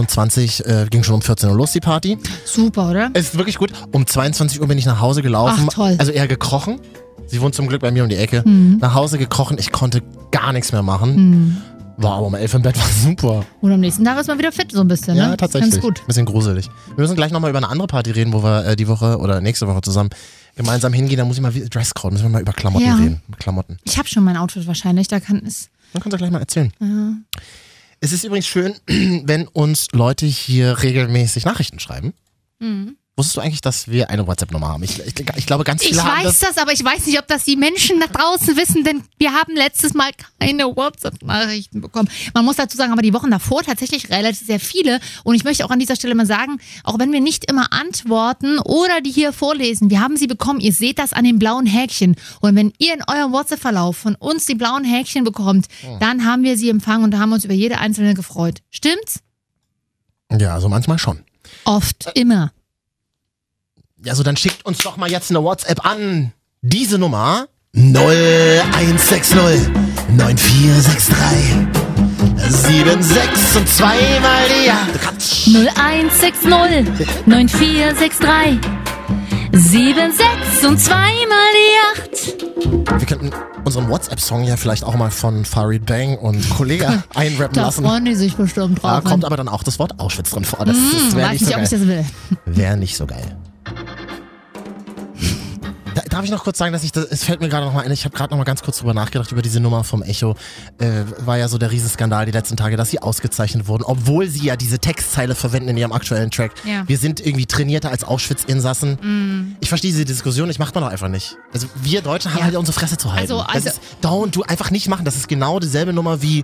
Speaker 8: Ü29 äh, ging schon um 14 Uhr los, die Party.
Speaker 1: Super, oder?
Speaker 8: Es ist wirklich gut. Um 22 Uhr bin ich nach Hause gelaufen.
Speaker 1: Ach, toll.
Speaker 8: Also eher gekrochen. Sie wohnt zum Glück bei mir um die Ecke.
Speaker 1: Mhm.
Speaker 8: Nach Hause gekrochen, ich konnte gar nichts mehr machen.
Speaker 1: Hm.
Speaker 8: War aber um 11 im Bett, war super.
Speaker 1: Und am nächsten Tag ist man wieder fit, so ein bisschen, ne?
Speaker 8: Ja, tatsächlich.
Speaker 1: Ganz gut.
Speaker 8: Bisschen gruselig. Wir müssen gleich nochmal über eine andere Party reden, wo wir äh, die Woche oder nächste Woche zusammen gemeinsam hingehen. Da muss ich mal wie- Dresscode, müssen wir mal über Klamotten
Speaker 1: Ja.
Speaker 8: reden. Über Klamotten.
Speaker 1: Ich habe schon mein Outfit wahrscheinlich, da kann es.
Speaker 8: Dann kannst du gleich mal erzählen.
Speaker 1: Ja.
Speaker 8: Es ist übrigens schön, wenn uns Leute hier regelmäßig Nachrichten schreiben.
Speaker 1: Mhm.
Speaker 8: Wusstest du eigentlich, dass wir eine WhatsApp-Nummer haben? Ich, ich, ich glaube, ganz
Speaker 1: Ich
Speaker 8: viele haben
Speaker 1: weiß
Speaker 8: das.
Speaker 1: das, aber ich weiß nicht, ob das die Menschen da draußen wissen, denn wir haben letztes Mal keine WhatsApp-Nachrichten bekommen. Man muss dazu sagen, aber die Wochen davor tatsächlich relativ sehr viele. Und ich möchte auch an dieser Stelle mal sagen, auch wenn wir nicht immer antworten oder die hier vorlesen, wir haben sie bekommen. Ihr seht das an den blauen Häkchen. Und wenn ihr in eurem WhatsApp-Verlauf von uns die blauen Häkchen bekommt,
Speaker 8: Oh.
Speaker 1: dann haben wir sie empfangen und haben uns über jede einzelne gefreut. Stimmt's?
Speaker 8: Ja, also manchmal schon.
Speaker 1: Oft,
Speaker 8: Äh,
Speaker 1: immer.
Speaker 8: Ja, so dann schickt uns doch mal jetzt eine WhatsApp an. Diese Nummer 0160 9463 76 und zweimal die Ratsch.
Speaker 6: 0160 9463 76 und zweimal die 8.
Speaker 8: Wir könnten unseren WhatsApp-Song ja vielleicht auch mal von Farid Bang und Kollege einrappen
Speaker 1: Da
Speaker 8: lassen.
Speaker 1: freuen die sich bestimmt
Speaker 8: Da
Speaker 1: drauf.
Speaker 8: kommt aber dann auch das Wort Auschwitz drin vor. Das,
Speaker 1: Hm,
Speaker 8: das wäre
Speaker 1: weiß
Speaker 8: nicht, so
Speaker 1: nicht, ob ich
Speaker 8: geil.
Speaker 1: das will.
Speaker 8: Wäre nicht so geil. Da, darf ich noch kurz sagen, dass ich das, es fällt mir gerade nochmal ein, ich habe gerade nochmal ganz kurz drüber nachgedacht, über diese Nummer vom Echo. Äh, war ja so der Riesenskandal die letzten Tage, dass sie ausgezeichnet wurden, obwohl sie ja diese Textzeile verwenden in ihrem aktuellen Track.
Speaker 1: Ja.
Speaker 8: Wir sind irgendwie trainierter als Auschwitz-Insassen. Ich verstehe diese Diskussion, ich macht man doch einfach nicht. Also wir Deutschen haben
Speaker 1: Ja.
Speaker 8: halt unsere Fresse zu halten.
Speaker 1: Also- also-
Speaker 8: das ist, don't, du einfach nicht machen. Das ist genau dieselbe Nummer wie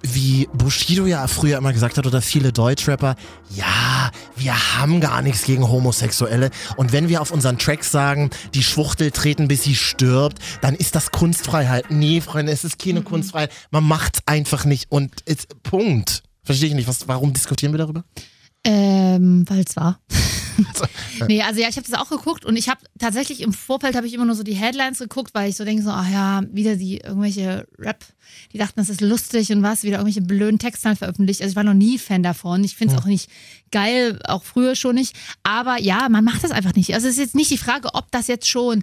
Speaker 8: wie Bushido ja früher immer gesagt hat oder viele Deutschrapper, ja, wir haben gar nichts gegen Homosexuelle. Und wenn wir auf unseren Tracks sagen, die Schwuchtel treten, bis sie stirbt, dann ist das Kunstfreiheit. Nee, Freunde, es ist
Speaker 1: Mhm.
Speaker 8: keine Kunstfreiheit. Man macht's einfach nicht und it's, Punkt. Verstehe ich nicht. Was, warum diskutieren wir darüber?
Speaker 1: Ähm, weil es war. nee, also ja, ich habe das auch geguckt und ich habe tatsächlich im Vorfeld habe ich immer nur so die Headlines geguckt, weil ich so denke so, ach ja, wieder die irgendwelche Rap, die dachten, das ist lustig und was, wieder irgendwelche blöden Texte halt veröffentlicht. Also ich war noch nie Fan davon. Ich finde es auch nicht geil, auch früher schon nicht. Aber ja, man macht das einfach nicht. Also es ist jetzt nicht die Frage, ob das jetzt schon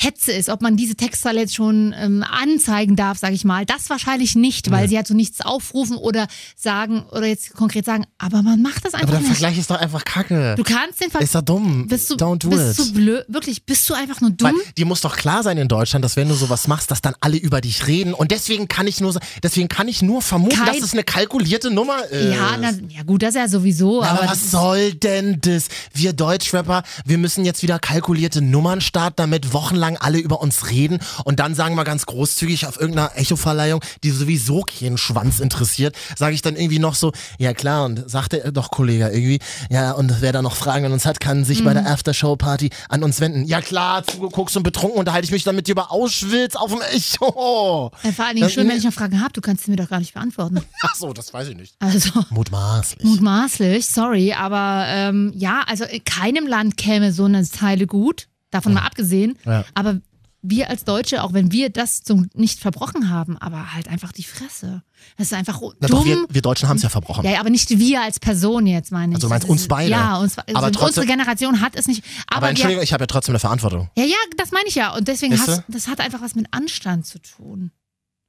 Speaker 1: Hetze ist, ob man diese Textzeile jetzt schon ähm, anzeigen darf, sage ich mal. Das wahrscheinlich nicht, weil sie halt so nichts aufrufen oder sagen oder jetzt konkret sagen, aber man macht das
Speaker 8: Aber
Speaker 1: einfach
Speaker 8: der
Speaker 1: nicht.
Speaker 8: Vergleich ist doch einfach kacke.
Speaker 1: Du kannst den Ver
Speaker 8: Ist doch dumm.
Speaker 1: bist du,
Speaker 8: Don't do
Speaker 1: bist
Speaker 8: it.
Speaker 1: du blöd, wirklich, bist du einfach nur
Speaker 8: Weil
Speaker 1: dumm?
Speaker 8: dir muss doch klar sein in Deutschland, dass wenn du sowas machst, dass dann alle über dich reden. Und deswegen kann ich nur, sa- deswegen kann ich nur vermuten,
Speaker 1: Kein-
Speaker 8: dass es eine kalkulierte Nummer ist.
Speaker 1: ja, na, ja, gut, das ist ja sowieso,
Speaker 8: äh, Na,
Speaker 1: aber,
Speaker 8: aber
Speaker 1: das
Speaker 8: was soll denn das? Wir Deutschrapper, wir müssen jetzt wieder kalkulierte Nummern starten, damit wochenlang alle über uns reden und dann sagen wir ganz großzügig auf irgendeiner Echo-Verleihung, die sowieso keinen Schwanz interessiert, sage ich dann irgendwie noch so, ja klar, und sagte er doch Kollege irgendwie, ja, und wer da noch Fragen an uns hat, kann sich bei der
Speaker 1: Mhm.
Speaker 8: Aftershow-Party an uns wenden. Ja klar, zugeguckt und betrunken unterhalte ich mich dann mit dir über Auschwitz auf dem Echo.
Speaker 1: äh, vor allen Dingen
Speaker 8: Das-
Speaker 1: schön, wenn ich noch Fragen habe, du kannst sie mir doch gar nicht beantworten.
Speaker 8: Ach so, das weiß ich nicht.
Speaker 1: Also.
Speaker 8: Mutmaßlich.
Speaker 1: Mutmaßlich, sorry, aber ähm, ja, also in keinem Land käme so eine Zeile gut, davon mal abgesehen.
Speaker 8: Ja.
Speaker 1: Aber wir als Deutsche, auch wenn wir das so nicht verbrochen haben, aber halt einfach die Fresse. Das ist einfach
Speaker 8: Na
Speaker 1: dumm.
Speaker 8: doch, wir, wir Deutschen haben es ja verbrochen.
Speaker 1: ja, ja, aber nicht wir als Person jetzt, meine ich.
Speaker 8: Also du meinst
Speaker 1: Das ist-
Speaker 8: uns beide.
Speaker 1: Ja, uns, also
Speaker 8: Aber trotzdem-
Speaker 1: unsere Generation hat es nicht.
Speaker 8: Aber,
Speaker 1: Aber, wir,
Speaker 8: Entschuldigung, ich habe ja trotzdem eine Verantwortung.
Speaker 1: ja, ja, das meine ich ja. Und deswegen,
Speaker 8: Weißt
Speaker 1: hast, das hat einfach was mit Anstand zu tun.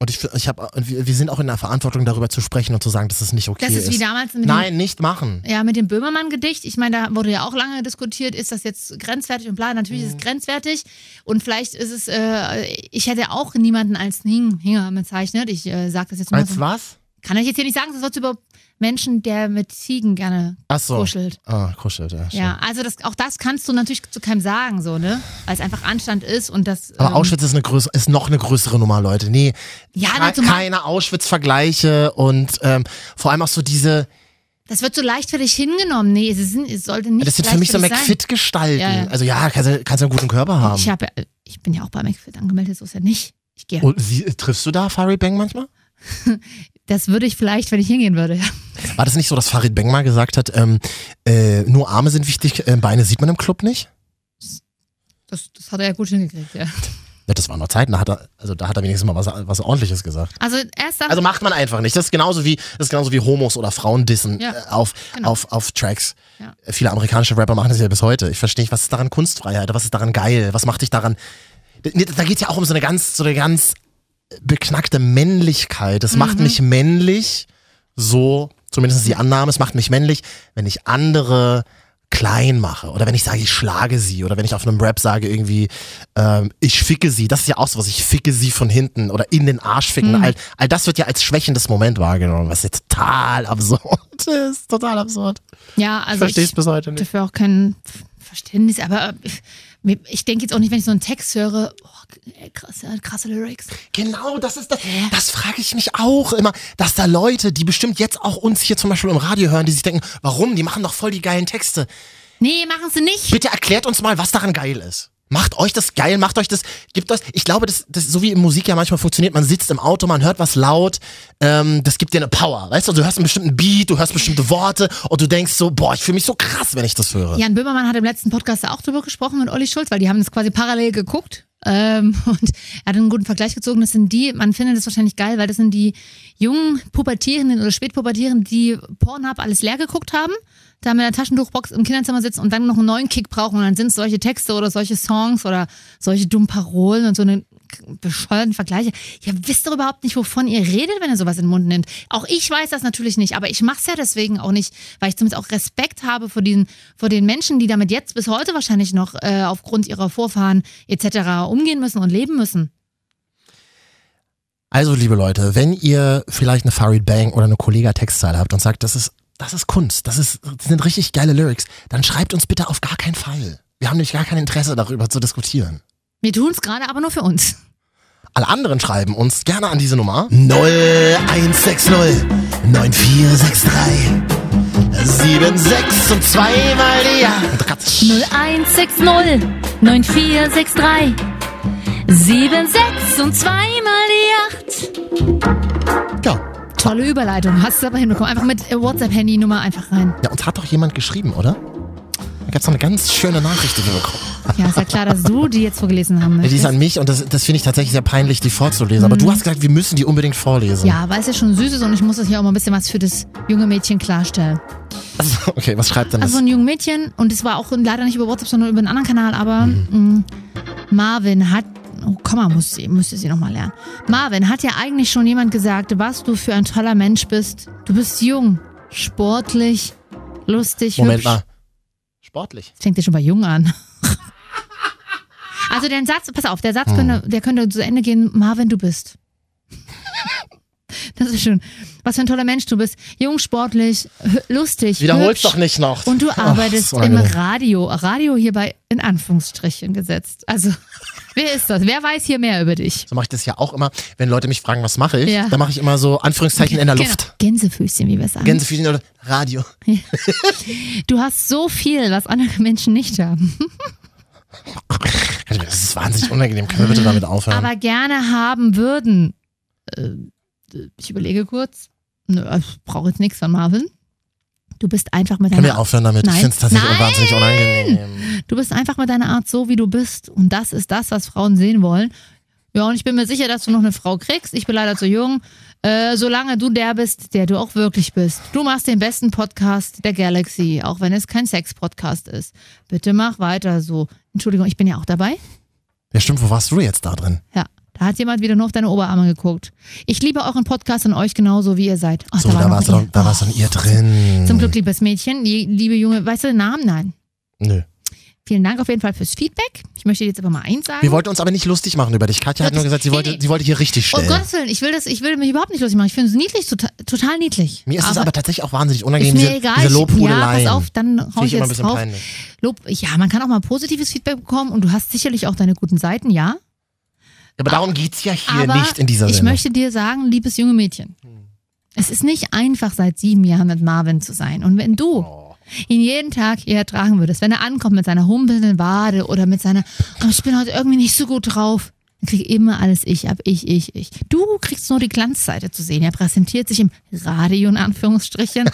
Speaker 8: Und ich, ich habe, wir wir sind auch in der Verantwortung, darüber zu sprechen und zu sagen, dass es nicht okay
Speaker 1: Das ist wie damals mit dem
Speaker 8: Nein, nicht machen.
Speaker 1: Ja, mit dem Böhmermann-Gedicht. Ich meine, da wurde ja auch lange diskutiert, ist das jetzt grenzwertig und bla. Natürlich
Speaker 8: Mhm.
Speaker 1: ist es grenzwertig. Und vielleicht ist es, äh, ich hätte auch niemanden als Ning- Hinger bezeichnet. Ich äh, sage das jetzt mal.
Speaker 8: Als
Speaker 1: so.
Speaker 8: was?
Speaker 1: Kann ich jetzt hier nicht sagen, sonst wird über Menschen, der mit Ziegen gerne
Speaker 8: Ach so.
Speaker 1: kuschelt.
Speaker 8: Ah, kuschelt, ja. stimmt.
Speaker 1: Ja, also das, auch das kannst du natürlich zu keinem sagen, so, ne? Weil es einfach Anstand ist und das.
Speaker 8: Aber
Speaker 1: ähm,
Speaker 8: Auschwitz ist, eine größere, ist noch eine größere Nummer, Leute. Nee,
Speaker 1: Ja,
Speaker 8: ke-
Speaker 1: na, zumal-
Speaker 8: keine Auschwitz-Vergleiche und ähm, vor allem auch so diese,
Speaker 1: Das wird so leichtfertig hingenommen. Nee, es, ist, es sollte nicht.
Speaker 8: das sind für mich so
Speaker 1: leichtfertig sein.
Speaker 8: McFit-Gestalten.
Speaker 1: Ja, ja.
Speaker 8: Also ja, kannst du kannst du einen guten Körper haben.
Speaker 1: Ich, hab, ja- ich bin ja auch bei McFit angemeldet, so ist ja nicht. Ich gehe.
Speaker 8: und sie, triffst du da Farid Bang manchmal?
Speaker 1: Das würde ich vielleicht, wenn ich hingehen würde. Ja.
Speaker 8: War das nicht so, dass Farid Bang mal gesagt hat, ähm, äh, nur Arme sind wichtig, äh, Beine sieht man im Club nicht?
Speaker 1: Das, das hat er ja gut hingekriegt, ja.
Speaker 8: Ja, das waren noch Zeiten, da hat er, also da hat er wenigstens mal was, was ordentliches gesagt.
Speaker 1: Also erst
Speaker 8: Also macht man einfach nicht. Das ist genauso wie, das ist genauso wie Homos oder Frauen dissen
Speaker 1: Ja,
Speaker 8: äh, auf,
Speaker 1: genau.
Speaker 8: auf, auf Tracks.
Speaker 1: Ja.
Speaker 8: Viele amerikanische Rapper machen das ja bis heute. Ich verstehe nicht, was ist daran Kunstfreiheit, was ist daran geil, was macht dich daran. Nee, Da geht ja auch um so eine ganz, so eine ganz beknackte Männlichkeit. Es
Speaker 1: Mhm.
Speaker 8: macht mich männlich, so, zumindest die Annahme, es macht mich männlich, wenn ich andere klein mache oder wenn ich sage, ich schlage sie oder wenn ich auf einem Rap sage irgendwie, ähm, ich ficke sie, das ist ja auch sowas, ich ficke sie von hinten oder in den Arsch ficken. All, all das wird ja als schwächendes Moment wahrgenommen, was jetzt total absurd ist, total absurd.
Speaker 1: ja, also
Speaker 8: ich versteh's
Speaker 1: ich
Speaker 8: bis heute nicht.
Speaker 1: dafür auch kein Verständnis, aber äh, mir- ich denke jetzt auch nicht, wenn ich so einen Text höre, oh, ey, krass, ja, krasse Lyrics.
Speaker 8: Genau, das ist das. Das frage ich mich auch immer, dass da Leute, die bestimmt jetzt auch uns hier zum Beispiel im Radio hören, die sich denken, warum? Die machen doch voll die geilen Texte.
Speaker 1: Nee, machen sie nicht.
Speaker 8: Bitte erklärt uns mal, was daran geil ist. Macht euch das geil, macht euch das, gibt euch, ich glaube, das, das so wie in Musik ja manchmal funktioniert, man sitzt im Auto, man hört was laut, ähm, das gibt dir eine Power, weißt du, du hörst einen bestimmten Beat, du hörst bestimmte Worte und du denkst so, boah, ich fühle mich so krass, wenn ich das höre.
Speaker 1: Jan Böhmermann hat im letzten Podcast da auch drüber gesprochen mit Olli Schulz, weil die haben das quasi parallel geguckt. Ähm, und er hat einen guten Vergleich gezogen. Das sind die, man findet das wahrscheinlich geil, weil das sind die jungen Pubertierenden oder Spätpubertierenden, die Pornhub alles leer geguckt haben, da mit einer Taschentuchbox im Kinderzimmer sitzen und dann noch einen neuen Kick brauchen. Und dann sind es solche Texte oder solche Songs oder solche dummen Parolen und so eine bescheuerten Vergleiche. Ihr wisst doch überhaupt nicht, wovon ihr redet, wenn ihr sowas in den Mund nimmt. Auch ich weiß das natürlich nicht, aber ich mache es ja deswegen auch nicht, weil ich zumindest auch Respekt habe vor diesen, vor den Menschen, die damit jetzt bis heute wahrscheinlich noch äh, aufgrund ihrer Vorfahren etc. umgehen müssen und leben müssen.
Speaker 8: Also, liebe Leute, wenn ihr vielleicht eine Farid Bang oder eine Kollega Textzeile habt und sagt, das ist, das ist Kunst, das, ist, das sind richtig geile Lyrics, dann schreibt uns bitte auf gar keinen Fall. Wir haben nämlich gar kein Interesse darüber zu diskutieren.
Speaker 1: Wir tun es gerade aber nur für uns.
Speaker 8: Alle anderen schreiben uns gerne an diese Nummer 0160 9463 76 und zweimal die Jahr.
Speaker 6: 0160 9463 76 und zweimal die 8.
Speaker 8: Ja.
Speaker 1: Tolle Überleitung. Hast du aber hinbekommen. Einfach mit äh, WhatsApp-Handy-Nummer einfach rein.
Speaker 8: ja, uns hat doch jemand geschrieben, oder? Da gab's noch eine ganz schöne Nachricht, die wir bekommen.
Speaker 1: Ja, ist ja klar, dass du die jetzt vorgelesen haben
Speaker 8: Ja, Die
Speaker 1: möchtest.
Speaker 8: ist an mich und das, das finde ich tatsächlich sehr peinlich, die vorzulesen. Aber du hast gesagt, wir müssen die unbedingt vorlesen.
Speaker 1: Mhm. Ja, weil es ja schon süß ist und ich muss das hier auch mal ein bisschen was für das junge Mädchen klarstellen.
Speaker 8: Also, okay, was schreibt denn das?
Speaker 1: Also ein junges Mädchen und es war auch leider nicht über WhatsApp, sondern über einen anderen Kanal, aber
Speaker 8: Mhm.
Speaker 1: mh, Marvin hat, oh komm mal, muss, sie- müsste sie nochmal lernen. Marvin hat ja eigentlich schon jemand gesagt, was du für ein toller Mensch bist. Du bist jung, sportlich, lustig,
Speaker 8: Moment
Speaker 1: hübsch.
Speaker 8: mal. Sportlich.
Speaker 1: Das fängt ja schon bei jung an. Also den Satz, pass auf, der
Speaker 8: Hm.
Speaker 1: Satz könnte, der könnte zu Ende gehen, Marvin, du bist. Das ist schön. Was für ein toller Mensch du bist. Jung, sportlich, hü- lustig.
Speaker 8: Wiederhol's
Speaker 1: hübsch.
Speaker 8: doch nicht noch.
Speaker 1: Und du
Speaker 8: Ach,
Speaker 1: arbeitest
Speaker 8: so
Speaker 1: im
Speaker 8: angenehm.
Speaker 1: Radio. Radio hierbei in Anführungsstrichen gesetzt. Also, wer ist das? Wer weiß hier mehr über dich?
Speaker 8: So mache ich das ja auch immer, wenn Leute mich fragen, was mache ich,
Speaker 1: Ja.
Speaker 8: dann mache ich immer so Anführungszeichen in der Luft.
Speaker 1: Genau. Gänsefüßchen, wie wir sagen.
Speaker 8: Gänsefüßchen oder Radio.
Speaker 1: du hast so viel, was andere Menschen nicht haben.
Speaker 8: Das ist wahnsinnig unangenehm. Können wir bitte damit aufhören?
Speaker 1: Aber gerne haben würden. Äh, ich überlege kurz. Nö, ich brauche jetzt nichts von Marvin. Du bist einfach mit
Speaker 8: Können wir
Speaker 1: deiner
Speaker 8: aufhören damit?
Speaker 1: Nein.
Speaker 8: Ich finde es tatsächlich
Speaker 1: Nein.
Speaker 8: wahnsinnig unangenehm.
Speaker 1: Du bist einfach mit deiner Art so, wie du bist. Und das ist das, was Frauen sehen wollen. Ja, und ich bin mir sicher, dass du noch eine Frau kriegst. Ich bin leider zu jung. Äh, solange du der bist, der du auch wirklich bist. Du machst den besten Podcast der Galaxy, auch wenn es kein Sex-Podcast ist. Bitte mach weiter so. Entschuldigung, ich bin ja auch dabei.
Speaker 8: Ja, stimmt, wo warst du jetzt da drin?
Speaker 1: Ja, da hat jemand wieder nur auf deine Oberarme geguckt. Ich liebe euren Podcast und euch genauso, wie ihr seid. Ach,
Speaker 8: so, Oh, da
Speaker 1: noch
Speaker 8: warst du
Speaker 1: ihr.
Speaker 8: doch, da warst du in ihr drin.
Speaker 1: Zum Glück, liebes Mädchen, lie- liebe Junge, weißt du den Namen? Nein.
Speaker 8: Nö.
Speaker 1: Vielen Dank auf jeden Fall fürs Feedback. Ich möchte jetzt aber mal eins sagen.
Speaker 8: Wir wollten uns aber nicht lustig machen über dich. Katja hat nur gesagt, sie
Speaker 1: Nee,
Speaker 8: wollte,
Speaker 1: nee.
Speaker 8: sie wollte hier richtig
Speaker 1: Oh
Speaker 8: stellen.
Speaker 1: Gottes Willen, ich will, das, ich will mich überhaupt nicht lustig machen. Ich finde es niedlich, total, total niedlich.
Speaker 8: Mir ist es aber tatsächlich auch wahnsinnig
Speaker 1: ist
Speaker 8: unangenehm,
Speaker 1: mir
Speaker 8: diese,
Speaker 1: egal.
Speaker 8: diese
Speaker 1: Ich-
Speaker 8: Lobhudeleien.
Speaker 1: Ja, pass auf, dann hau
Speaker 8: Finde
Speaker 1: ich
Speaker 8: ich immer ein
Speaker 1: jetzt
Speaker 8: bisschen
Speaker 1: drauf.
Speaker 8: peinlich.
Speaker 1: Lob, ja, man kann auch mal positives Feedback bekommen und du hast sicherlich auch deine guten Seiten, ja.
Speaker 8: Aber darum geht's ja hier
Speaker 1: aber
Speaker 8: nicht in dieser
Speaker 1: ich
Speaker 8: Sendung. Hm.
Speaker 1: möchte dir sagen, liebes junge Mädchen, es ist nicht einfach, seit sieben Jahren mit Marvin zu sein. Und wenn du
Speaker 8: Oh.
Speaker 1: ihn jeden Tag hier ertragen würdest, wenn er ankommt mit seiner humpelnden Wade oder mit seiner, oh, ich bin heute irgendwie nicht so gut drauf, dann kriege immer alles ich ab, ich, ich, ich. Du kriegst nur die Glanzseite zu sehen. Er präsentiert sich im Radio in Anführungsstrichen immer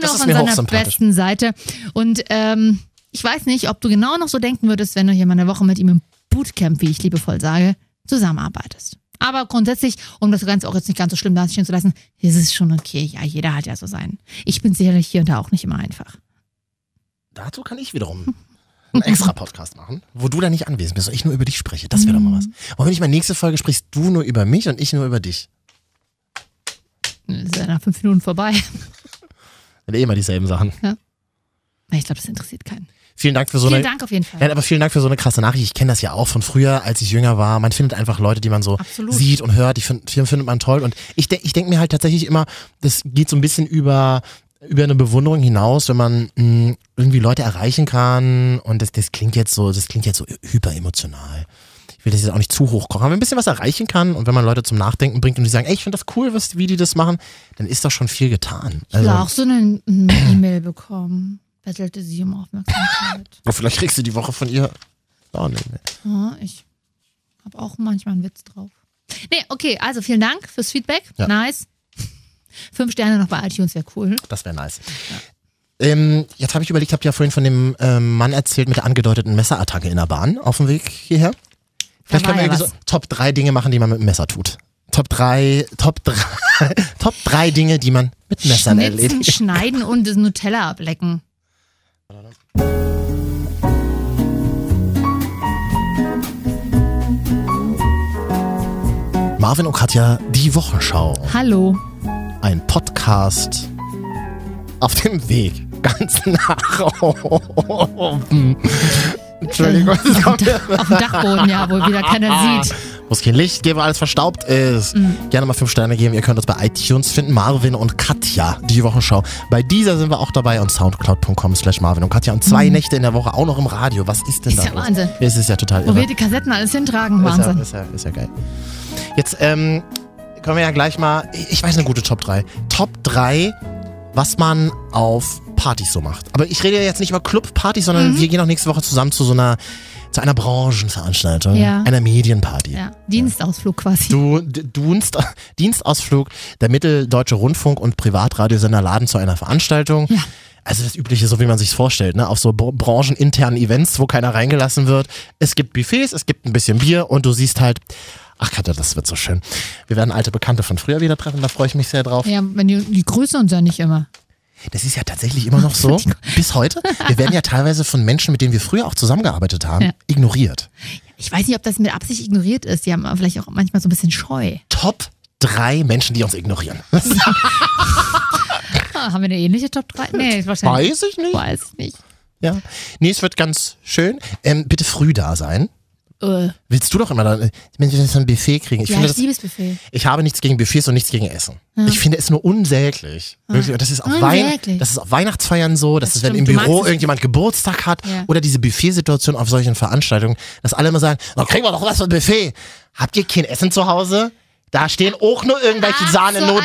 Speaker 8: Das
Speaker 1: noch
Speaker 8: ist
Speaker 1: an
Speaker 8: mir
Speaker 1: seiner
Speaker 8: hochsympathisch.
Speaker 1: besten Seite. Und ähm, ich weiß nicht, ob du genau noch so denken würdest, wenn du hier mal eine Woche mit ihm im Bootcamp, wie ich liebevoll sage, zusammenarbeitest. Aber grundsätzlich, um das Ganze auch jetzt nicht ganz so schlimm dastehen zu lassen, ist es schon okay. Ja, jeder hat ja so seinen. Ich bin sicherlich hier und da auch nicht immer einfach.
Speaker 8: Dazu kann ich wiederum einen extra Podcast machen, wo du dann nicht anwesend bist und ich nur über dich spreche. Das wäre doch mal was.
Speaker 1: Mhm.
Speaker 8: Wollen wir nicht mal nächste Folge sprichst du nur über mich und ich nur über dich?
Speaker 1: Ist ja nach fünf Minuten vorbei.
Speaker 8: Sind eh immer dieselben Sachen.
Speaker 1: Ich glaube, das interessiert keinen.
Speaker 8: Vielen Dank für so
Speaker 1: Vielen
Speaker 8: eine.
Speaker 1: Dank auf jeden Fall.
Speaker 8: Nein, aber vielen Dank für so eine krasse Nachricht. Ich kenne das ja auch von früher, als ich jünger war. Man findet einfach Leute, die man so
Speaker 1: Absolut.
Speaker 8: sieht und hört, die, find, die findet man toll. Und ich, de ich denke mir halt tatsächlich immer, das geht so ein bisschen über, über eine Bewunderung hinaus, wenn man mh, irgendwie Leute erreichen kann. Und das, das klingt jetzt so, das klingt jetzt so hyperemotional. Ich will das jetzt auch nicht zu hoch kochen, aber wenn man ein bisschen was erreichen kann und wenn man Leute zum Nachdenken bringt und die sagen, ey, ich finde das cool, was, wie die das machen, dann ist doch schon viel getan. Also,
Speaker 1: ich will auch so eine eine E-Mail bekommen. Bettelte sie um Aufmerksamkeit.
Speaker 8: oh, vielleicht kriegst du die Woche von ihr. Oh, nee, nee.
Speaker 1: Ja, ich habe auch manchmal einen Witz drauf. Nee, okay, also vielen Dank fürs Feedback.
Speaker 8: Ja.
Speaker 1: Nice. Fünf Sterne noch bei iTunes wäre cool.
Speaker 8: Das wäre nice. Ähm, jetzt habe ich überlegt, habt ihr ja vorhin von dem ähm, Mann erzählt mit der angedeuteten Messerattacke in der Bahn auf dem Weg hierher. Vielleicht
Speaker 1: war
Speaker 8: können wir
Speaker 1: ja
Speaker 8: irgendwie so Top 3 Dinge machen, die man mit dem Messer tut. Top 3, Top 3, Top 3 Dinge, die man mit Messern
Speaker 1: Schnitzen,
Speaker 8: erledigt.
Speaker 1: schneiden und das Nutella ablecken.
Speaker 8: Marvin und Katja, die Wochenschau.
Speaker 1: Hallo.
Speaker 8: Ein Podcast auf dem Weg. Ganz nach oben. Entschuldigung, das kommt ja
Speaker 1: Auf dem Dachboden, ja, wo wieder keiner sieht.
Speaker 8: wo es kein Licht gibt, weil alles verstaubt ist.
Speaker 1: Mhm.
Speaker 8: Gerne mal fünf Sterne geben. Ihr könnt uns bei iTunes finden. Marvin und Katja, die Wochenschau. Bei dieser sind wir auch dabei und soundcloud.com slash Marvin und Katja. Und zwei Nächte in der Woche auch noch im Radio. Was ist denn
Speaker 1: Mhm. Ist
Speaker 8: da
Speaker 1: ja
Speaker 8: los?
Speaker 1: Wahnsinn.
Speaker 8: Es ist ja total
Speaker 1: Wo
Speaker 8: irre.
Speaker 1: wir die Kassetten alles hintragen,
Speaker 8: ist, ja,
Speaker 1: Wahnsinn.
Speaker 8: ist, ja, ist ja geil. Jetzt ähm, können wir ja gleich mal, ich ich weiß eine gute Top 3. Top 3, was man auf Partys so macht. Aber ich rede ja jetzt nicht über Clubpartys, sondern
Speaker 1: Mhm.
Speaker 8: wir gehen auch nächste Woche zusammen zu so einer, zu einer Branchenveranstaltung,
Speaker 1: Ja.
Speaker 8: einer Medienparty.
Speaker 1: Ja, Dienstausflug quasi.
Speaker 8: Du, D- Dunst, Dienstausflug, der Mitteldeutsche Rundfunk und Privatradiosender laden zu einer Veranstaltung.
Speaker 1: Ja.
Speaker 8: Also das Übliche, so wie man sich vorstellt, ne? auf so br- brancheninternen Events, wo keiner reingelassen wird. Es gibt Buffets, es gibt ein bisschen Bier und du siehst halt, ach Katja, das wird so schön. Wir werden alte Bekannte von früher wieder treffen, da freue ich mich sehr drauf.
Speaker 1: Ja, wenn die, die grüßen uns ja nicht immer.
Speaker 8: Das ist ja tatsächlich immer noch so, bis heute. Wir werden ja teilweise von Menschen, mit denen wir früher auch zusammengearbeitet haben,
Speaker 1: Ja.
Speaker 8: ignoriert.
Speaker 1: Ich weiß nicht, ob das mit Absicht ignoriert ist. Die haben vielleicht auch manchmal so ein bisschen Scheu.
Speaker 8: Top drei Menschen, die uns ignorieren.
Speaker 1: Ah, haben wir eine ähnliche Top 3? Nee, wahrscheinlich.
Speaker 8: Weiß ich nicht.
Speaker 1: Weiß ich nicht.
Speaker 8: Ja. Nee, es wird ganz schön. Ähm, bitte früh da sein.
Speaker 1: Äh,
Speaker 8: Willst du doch immer dann, wenn wir so ein Buffet kriegen. Ich,
Speaker 1: ja,
Speaker 8: finde
Speaker 1: ich
Speaker 8: das,
Speaker 1: liebe das Buffet.
Speaker 8: ich habe nichts gegen Buffets und nichts gegen Essen. Ich finde es nur unsäglich. Wirklich. Und das ist auf Wein,
Speaker 1: Ah. Unsäglich.
Speaker 8: das ist auf Weihnachtsfeiern so, das,
Speaker 1: Das
Speaker 8: ist, wenn
Speaker 1: stimmt. Du
Speaker 8: im
Speaker 1: magst
Speaker 8: Büro
Speaker 1: es-
Speaker 8: irgendjemand Geburtstag hat
Speaker 1: Ja.
Speaker 8: oder diese Buffetsituation auf solchen Veranstaltungen, dass alle immer sagen, dann kriegen wir doch was vom Buffet. Habt ihr kein Essen zu Hause? Da stehen auch nur irgendwelche
Speaker 1: Ach,
Speaker 8: Sahnenudeln.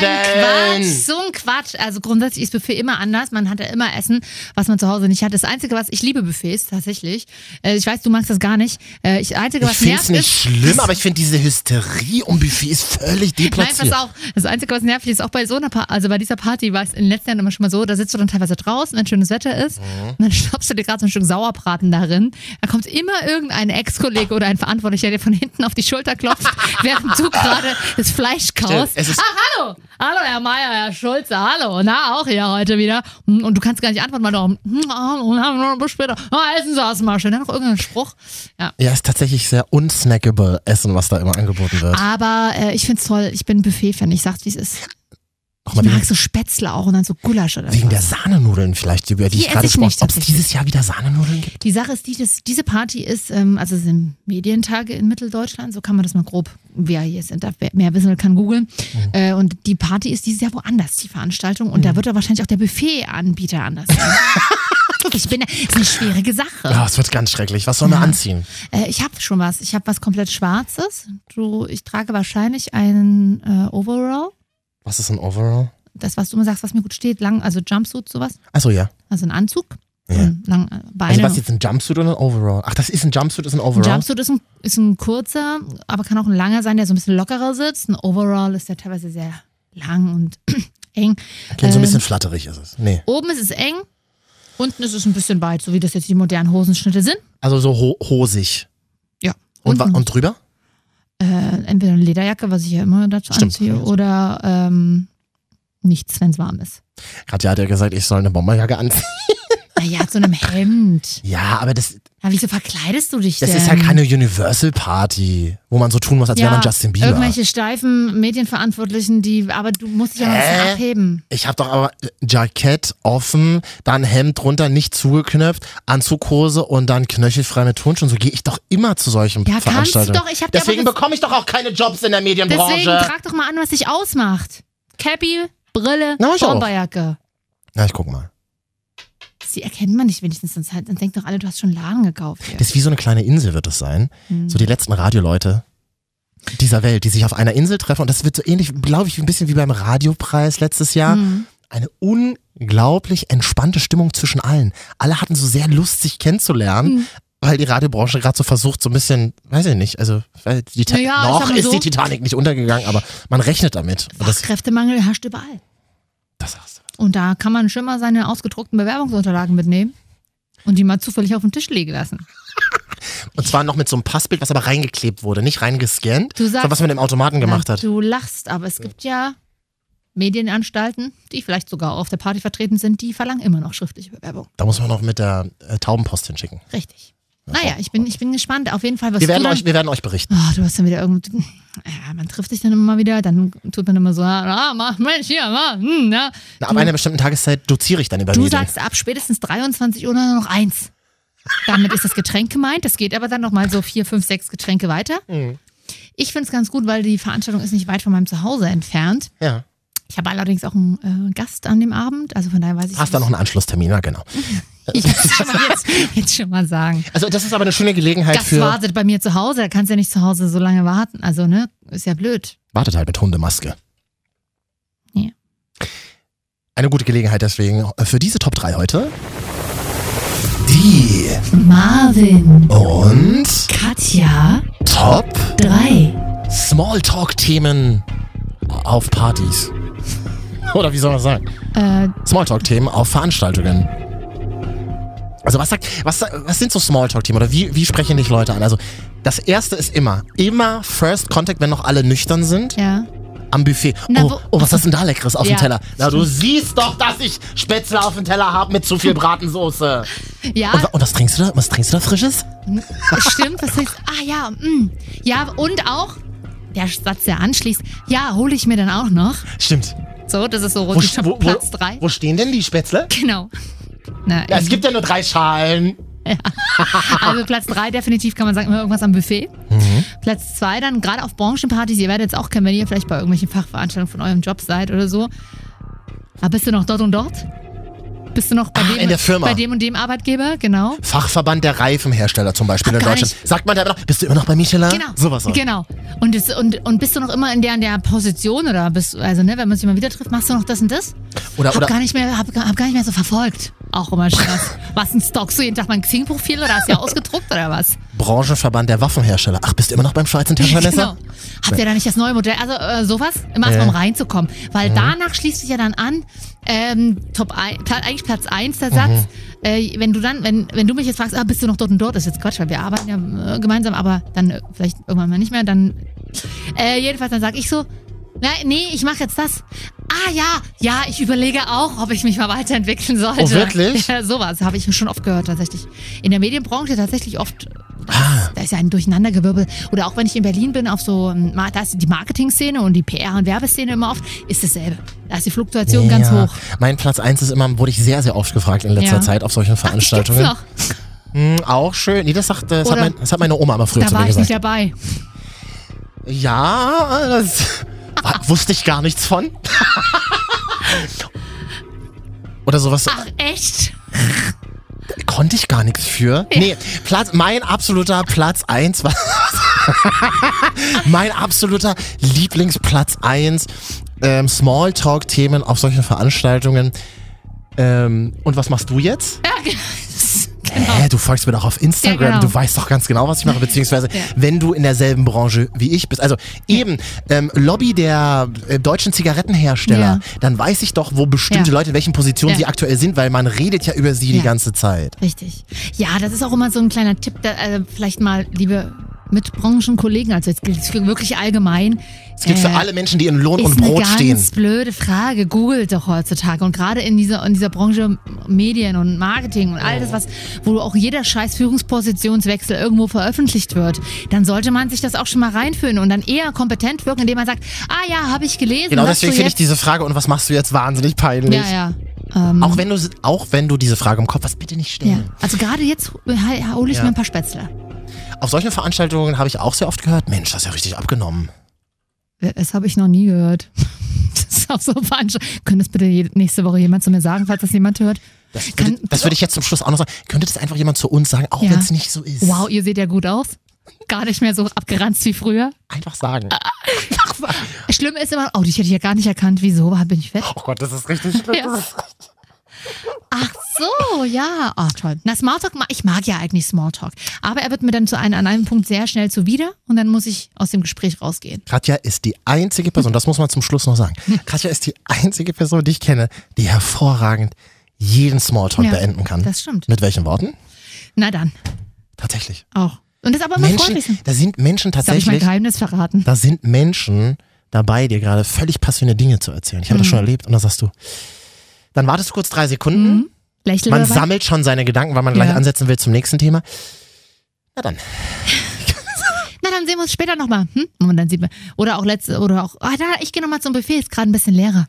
Speaker 1: So ein, Quatsch, so ein Quatsch. Also grundsätzlich ist Buffet immer anders. Man hat ja immer Essen, was man zu Hause nicht hat. Das Einzige, was ich liebe Buffets tatsächlich. Äh, ich weiß, du magst das gar nicht. Äh, ich Einzige,
Speaker 8: ich
Speaker 1: was
Speaker 8: finde
Speaker 1: nervt
Speaker 8: es nicht
Speaker 1: ist,
Speaker 8: schlimm, aber ich finde diese Hysterie um Buffet ist völlig deplatziert.
Speaker 1: Nein, pass auf. Das Einzige, was nervig ist, auch bei so einer Party, also bei dieser Party war es in den letzten Jahren immer schon mal so, da sitzt du dann teilweise draußen, wenn schönes Wetter ist, und dann schnappst du dir gerade so ein Stück Sauerbraten darin. Da kommt immer irgendein Ex-Kollege oder ein Verantwortlicher, der von hinten auf die Schulter klopft, während du gerade das Fleisch kaust.
Speaker 8: Es ist-
Speaker 1: Ach, hallo! Hallo, Herr Meier, Herr Schulze, hallo. Na, auch hier heute wieder. Hm, Und du kannst gar nicht antworten, weil du auch, hm, ah, und haben wir noch ein bisschen später. Ah, essen Sie erstmal schön. Dann noch irgendeinen Spruch. Ja.
Speaker 8: Ja, ist tatsächlich sehr
Speaker 1: Ah.
Speaker 8: unsnackable Essen, was da immer angeboten wird.
Speaker 1: Aber äh, ich find's toll. Ich bin Buffet-Fan. Ich sag's, wie es ist.
Speaker 8: Auch
Speaker 1: Ich
Speaker 8: mal
Speaker 1: mag
Speaker 8: wegen,
Speaker 1: so Spätzle auch und dann so Gulasch oder
Speaker 8: wegen der
Speaker 1: was.
Speaker 8: Sahnenudeln vielleicht, über die,
Speaker 1: Die
Speaker 8: ich gerade
Speaker 1: esse ich
Speaker 8: sprach.
Speaker 1: nicht
Speaker 8: Ob es
Speaker 1: tatsächlich.
Speaker 8: dieses Jahr wieder Sahnenudeln gibt?
Speaker 1: Die Sache ist die, dass diese Party ist, ähm, also es sind Medientage in Mitteldeutschland, so kann man das mal grob, wer hier sind, da wer mehr wissen will, kann googeln.
Speaker 8: Mhm.
Speaker 1: Äh, und die Party ist dieses Jahr woanders, die Veranstaltung. Und da wird doch wahrscheinlich auch der Buffet-Anbieter anders sein. ich bin, das ist eine schwierige Sache.
Speaker 8: Ja, Ah, es wird ganz schrecklich. Was sollen wir
Speaker 1: Ah. Ja.
Speaker 8: anziehen?
Speaker 1: Äh, ich habe schon was. Ich habe was komplett Schwarzes. Du, ich trage wahrscheinlich einen äh, Overall.
Speaker 8: Was ist ein Overall?
Speaker 1: Das, was du immer sagst, was mir gut steht, lang, also Jumpsuit, sowas.
Speaker 8: Achso, ja.
Speaker 1: Also ein Anzug.
Speaker 8: Ja.
Speaker 1: So ein Lang, äh, Beine.
Speaker 8: Also was jetzt ein Jumpsuit oder ein Overall? Ach, das ist ein Jumpsuit, ist ein
Speaker 1: Ein
Speaker 8: Overall.
Speaker 1: Jumpsuit ist ein, ist ein kurzer, aber kann auch ein langer sein, der so ein bisschen lockerer sitzt. Ein Overall ist ja teilweise sehr lang und eng.
Speaker 8: okay, so
Speaker 1: ähm,
Speaker 8: ein bisschen flatterig ist es. Nee.
Speaker 1: Oben ist es eng, unten ist es ein bisschen weit, so wie das jetzt die modernen Hosenschnitte sind.
Speaker 8: Also so ho hosig.
Speaker 1: Ja.
Speaker 8: Und, wa-
Speaker 1: Unten.
Speaker 8: und drüber?
Speaker 1: Äh, entweder eine Lederjacke, was ich ja immer dazu
Speaker 8: Stimmt.
Speaker 1: anziehe, oder ähm, nichts, wenn es warm ist.
Speaker 8: Katja hat ja gesagt, ich soll eine Bomberjacke anziehen.
Speaker 1: Naja, so einem Hemd.
Speaker 8: Ja, aber das,
Speaker 1: Aber wieso verkleidest du dich
Speaker 8: das
Speaker 1: denn?
Speaker 8: ist ja halt keine Universal Party, wo man so tun muss, als wäre man Justin Bieber.
Speaker 1: Irgendwelche steifen Medienverantwortlichen, die, aber du musst dich ja noch ein bisschen
Speaker 8: Hä?
Speaker 1: abheben.
Speaker 8: Ich habe doch aber äh, Jackett offen, dann Hemd drunter, nicht zugeknöpft, Anzughose und dann knöchelfrei mit Turnschuhen. So gehe ich doch immer zu solchen
Speaker 1: Ja, kannst du
Speaker 8: Veranstaltungen.
Speaker 1: doch. Ich hab dir
Speaker 8: Deswegen
Speaker 1: aber das-
Speaker 8: bekomme ich doch auch keine Jobs in der Medienbranche.
Speaker 1: Deswegen trag doch mal an, was dich ausmacht. Cappy, Brille,
Speaker 8: Na, ich auch.
Speaker 1: Bomberjacke.
Speaker 8: Na, ich guck mal.
Speaker 1: Sie erkennt man nicht wenigstens, sonst, halt- dann denken doch alle, du hast schon einen Laden gekauft. hier.
Speaker 8: Das ist wie so eine kleine Insel wird es sein.
Speaker 1: Hm.
Speaker 8: So die letzten Radioleute dieser Welt, die sich auf einer Insel treffen. Und das wird so ähnlich, glaube ich, ein bisschen wie beim Radiopreis letztes Jahr.
Speaker 1: Hm.
Speaker 8: Eine unglaublich entspannte Stimmung zwischen allen. Alle hatten so sehr Lust, sich kennenzulernen.
Speaker 1: Mhm.
Speaker 8: Weil die Radiobranche gerade so versucht, so ein bisschen, weiß ich nicht, also weil die Ti-
Speaker 1: Naja, ich sag
Speaker 8: noch
Speaker 1: mal
Speaker 8: ist
Speaker 1: so.
Speaker 8: die Titanic nicht untergegangen, aber man rechnet damit. Und das,
Speaker 1: Fachkräftemangel herrscht überall.
Speaker 8: das hast du.
Speaker 1: Und da kann man schon mal seine ausgedruckten Bewerbungsunterlagen mitnehmen und die mal zufällig auf den Tisch liegen lassen.
Speaker 8: Und zwar noch mit so einem Passbild, was aber reingeklebt wurde, nicht reingescannt,
Speaker 1: Du sagst-
Speaker 8: sondern was man im Automaten gemacht
Speaker 1: Ja,
Speaker 8: hat.
Speaker 1: Du lachst, aber es gibt ja Medienanstalten, die vielleicht sogar auf der Party vertreten sind, die verlangen immer noch schriftliche Bewerbung.
Speaker 8: Da muss man noch mit der äh, Taubenpost hinschicken.
Speaker 1: Richtig. Naja, ich bin, ich bin gespannt. Auf jeden Fall, was
Speaker 8: Wir werden,
Speaker 1: du dann,
Speaker 8: euch, wir werden euch berichten.
Speaker 1: Ah, du hast dann wieder irgend. Ja, man trifft sich dann immer mal wieder, dann tut man immer so, ah, mach, Mensch, hier, mach, hm, ja.
Speaker 8: Na, ab einer bestimmten Tageszeit doziere ich dann über
Speaker 1: Du
Speaker 8: Medien.
Speaker 1: sagst ab spätestens 23 Uhr nur noch eins. Damit ist das Getränk gemeint. Das geht aber dann nochmal so vier, fünf, sechs Getränke weiter.
Speaker 8: Mhm.
Speaker 1: Ich finde es ganz gut, weil die Veranstaltung ist nicht weit von meinem Zuhause entfernt.
Speaker 8: ja.
Speaker 1: Ich habe allerdings auch einen äh, Gast an dem Abend, also von daher weiß ich
Speaker 8: Hast da noch einen Anschlusstermin, ja genau.
Speaker 1: Ich kann es schon mal jetzt, jetzt schon mal sagen.
Speaker 8: Also das ist aber eine schöne Gelegenheit
Speaker 1: Gast
Speaker 8: für...
Speaker 1: wartet bei mir zu Hause, da kannst du ja nicht zu Hause so lange warten. Also, ne, ist ja blöd.
Speaker 8: Wartet halt mit Hundemaske.
Speaker 1: Ja.
Speaker 8: Eine gute Gelegenheit deswegen äh, für diese Top 3 heute.
Speaker 3: Die
Speaker 6: Marvin,
Speaker 8: Und
Speaker 6: Katja,
Speaker 8: Top
Speaker 6: 3.
Speaker 8: Smalltalk-Themen auf Partys. Oder wie soll man sagen?
Speaker 1: Äh,
Speaker 8: Smalltalk-Themen auf Veranstaltungen. Also was sagt, was, was sind so Smalltalk-Themen oder wie, wie sprechen dich Leute an? Also das erste ist immer, immer First Contact, wenn noch alle nüchtern sind,
Speaker 1: ja.
Speaker 8: am Buffet.
Speaker 1: Na,
Speaker 8: oh,
Speaker 1: wo-
Speaker 8: oh, was hast denn da Leckeres auf
Speaker 1: Ja,
Speaker 8: dem Teller? Na, du siehst doch, dass ich Spätzle auf dem Teller habe mit zu viel Bratensoße.
Speaker 1: Ja,
Speaker 8: Und, wa- und was trinkst du da? Was trinkst du da Frisches?
Speaker 1: stimmt. Was heißt, ah ja, mm. ja, und auch der Satz, der anschließt, ja, hole ich mir dann auch noch.
Speaker 8: Stimmt.
Speaker 1: So, das ist so
Speaker 8: Wo,
Speaker 1: rot, ich
Speaker 8: wo, wo,
Speaker 1: Platz drei.
Speaker 8: wo stehen denn die Spätzle?
Speaker 1: Genau. Na,
Speaker 8: Ja, es
Speaker 1: eben.
Speaker 8: gibt ja nur drei Schalen.
Speaker 1: also Platz drei definitiv kann man sagen, immer irgendwas am Buffet.
Speaker 8: Mhm.
Speaker 1: Platz zwei dann gerade auf Branchenpartys, ihr werdet es auch kennen, wenn ihr vielleicht bei irgendwelchen Fachveranstaltungen von eurem Job seid oder so. Aber bist du noch dort und dort? Bist du noch bei,
Speaker 8: Ah,
Speaker 1: dem,
Speaker 8: in der Firma.
Speaker 1: bei dem und dem Arbeitgeber? Genau.
Speaker 8: Fachverband der Reifenhersteller zum Beispiel
Speaker 1: Ach,
Speaker 8: in
Speaker 1: gar
Speaker 8: Deutschland. Sagt man da immer noch, bist du immer noch bei Michelin?
Speaker 1: Genau.
Speaker 8: Ne? Sowas. halt. auch.
Speaker 1: Genau. Und, es, und, und bist du noch immer in der, in der Position oder bist also ne, wenn man sich mal wieder trifft, machst du noch das und das?
Speaker 8: Oder,
Speaker 1: hab
Speaker 8: oder
Speaker 1: gar nicht mehr, hab, gar- hab gar nicht mehr so verfolgt. Auch immer schön. was denn stalkst du jeden Tag mein Xing-Profil oder hast du ja ausgedruckt oder was?
Speaker 8: Branchenverband der Waffenhersteller. Ach, bist du immer noch beim Schweizer Taschenmesser?
Speaker 1: Genau. Habt ihr da nicht das neue Modell? Also äh, sowas, immer erstmal um reinzukommen. Weil danach schließt sich ja dann an, ähm, Top ein, Pla- eigentlich Platz 1 der Satz. Äh, wenn du dann, wenn, wenn du mich jetzt fragst, ah, bist du noch dort und dort, ist jetzt Quatsch, weil wir arbeiten ja äh, gemeinsam, aber dann äh, vielleicht irgendwann mal nicht mehr, dann äh, jedenfalls dann sag ich so, na, nee, ich mache jetzt das. Ah ja, ja, ich überlege auch, ob ich mich mal weiterentwickeln sollte.
Speaker 8: Oh, wirklich?
Speaker 1: Ja, sowas habe ich schon oft gehört tatsächlich. In der Medienbranche tatsächlich oft da ist ja ein Durcheinandergewirbel. Oder auch wenn ich in Berlin bin, auf so, ähm, Ma- da ist die Marketing-Szene und die PR- und Werbeszene immer oft, ist dasselbe. Da ist die Fluktuation ganz
Speaker 8: Ja.
Speaker 1: hoch.
Speaker 8: Mein Platz 1 ist immer, wurde ich sehr, sehr oft gefragt in letzter
Speaker 1: Ja.
Speaker 8: Zeit auf solchen
Speaker 1: Ach, das gibt's
Speaker 8: Veranstaltungen.
Speaker 1: noch.
Speaker 8: Hm, auch schön. Nee, das, sagt, äh, das, hat
Speaker 1: Oder-
Speaker 8: mein, das hat meine Oma aber früher
Speaker 1: Da
Speaker 8: zu mir
Speaker 1: war ich nicht
Speaker 8: gesagt.
Speaker 1: dabei.
Speaker 8: Ja, das wa- wusste ich gar nichts von. Oder sowas
Speaker 1: Ach, echt?
Speaker 8: konnte ich gar nichts für. Nee, Platz, mein absoluter Platz 1 war. mein absoluter Lieblingsplatz 1. Ähm, Smalltalk-Themen auf solchen Veranstaltungen. Ähm, und was machst du jetzt?
Speaker 1: Ja, genau.
Speaker 8: Hä, du folgst mir doch auf Instagram,
Speaker 1: Ja, genau.
Speaker 8: du weißt doch ganz genau, was ich mache, beziehungsweise wenn du in derselben Branche wie ich bist. Also eben, ähm, Lobby der äh, deutschen Zigarettenhersteller,
Speaker 1: Ja.
Speaker 8: dann weiß ich doch, wo bestimmte
Speaker 1: Ja.
Speaker 8: Leute in welchen Positionen
Speaker 1: Ja.
Speaker 8: sie aktuell sind, weil man redet ja über sie die
Speaker 1: Ja.
Speaker 8: ganze Zeit.
Speaker 1: Richtig. Ja, das ist auch immer so ein kleiner Tipp, da, äh, vielleicht mal, liebe Mitbranchenkollegen, also jetzt gilt es für wirklich allgemein. äh,
Speaker 8: Es gilt für alle Menschen, die in Lohn und
Speaker 1: ist eine
Speaker 8: Brot
Speaker 1: ganz
Speaker 8: stehen.
Speaker 1: blöde Frage. Googelt doch heutzutage. Und gerade in dieser, in dieser Branche Medien und Marketing und all das, was, wo auch jeder scheiß Führungspositionswechsel irgendwo veröffentlicht wird, dann sollte man sich das auch schon mal reinführen und dann eher kompetent wirken, indem man sagt, ah ja, habe ich gelesen.
Speaker 8: Genau
Speaker 1: dass
Speaker 8: deswegen
Speaker 1: du
Speaker 8: finde ich
Speaker 1: jetzt-
Speaker 8: diese Frage, und was machst du jetzt, wahnsinnig peinlich.
Speaker 1: Ja, ja. Ähm,
Speaker 8: Auch, wenn du, auch wenn du diese Frage im Kopf hast, bitte nicht stellen.
Speaker 1: ja. Also gerade jetzt hole hol ich
Speaker 8: Ja.
Speaker 1: mir ein paar Spätzle.
Speaker 8: Auf solchen Veranstaltungen habe ich auch sehr oft gehört, Mensch, das ist ja richtig abgenommen.
Speaker 1: Das habe ich noch nie gehört. Das ist auch so veranstaltet. Könnte das bitte jede- nächste Woche jemand zu mir sagen, falls das jemand hört?
Speaker 8: Das würde,
Speaker 1: Kann-
Speaker 8: das würde ich jetzt zum Schluss auch noch sagen. Könnte das einfach jemand zu uns sagen, auch
Speaker 1: Ja.
Speaker 8: wenn es nicht so ist?
Speaker 1: Wow, ihr seht ja gut aus. Gar nicht mehr so abgeranzt wie früher.
Speaker 8: Einfach sagen.
Speaker 1: Äh, Schlimm ist immer, oh, dich hätte ich ja gar nicht erkannt. Wieso? Bin ich fett?
Speaker 8: Oh Gott, das ist richtig schlimm.
Speaker 1: Ja. Ach so, ja. Ach toll. Na, Smalltalk, ma- ich mag ja eigentlich Smalltalk. Aber er wird mir dann zu einem, an einem Punkt sehr schnell zuwider und dann muss ich aus dem Gespräch rausgehen.
Speaker 8: Katja ist die einzige Person, das muss man zum Schluss noch sagen. Katja ist die einzige Person, die ich kenne, die hervorragend jeden Smalltalk
Speaker 1: Ja,
Speaker 8: beenden kann.
Speaker 1: das stimmt.
Speaker 8: Mit welchen Worten?
Speaker 1: Na dann,
Speaker 8: Tatsächlich.
Speaker 1: auch. Und das aber immer freundlich
Speaker 8: Menschen,
Speaker 1: sein.
Speaker 8: da sind Menschen
Speaker 1: Jetzt habe ich mein
Speaker 8: tatsächlich,
Speaker 1: Geheimnis verraten.
Speaker 8: da sind Menschen dabei, dir gerade völlig passionierte Dinge zu erzählen. Ich habe das
Speaker 1: Mhm.
Speaker 8: schon erlebt und dann sagst du, dann wartest du kurz drei Sekunden,
Speaker 1: Lächeln
Speaker 8: man
Speaker 1: dabei.
Speaker 8: sammelt schon seine Gedanken, weil man gleich
Speaker 1: Mhm. Ja.
Speaker 8: ansetzen will zum nächsten Thema. Na dann.
Speaker 1: Na, dann sehen wir uns später nochmal. Hm? Und dann sieht man. Oder auch letzte, oder auch, ah, da, ich gehe nochmal zum Buffet, ist gerade ein bisschen leerer.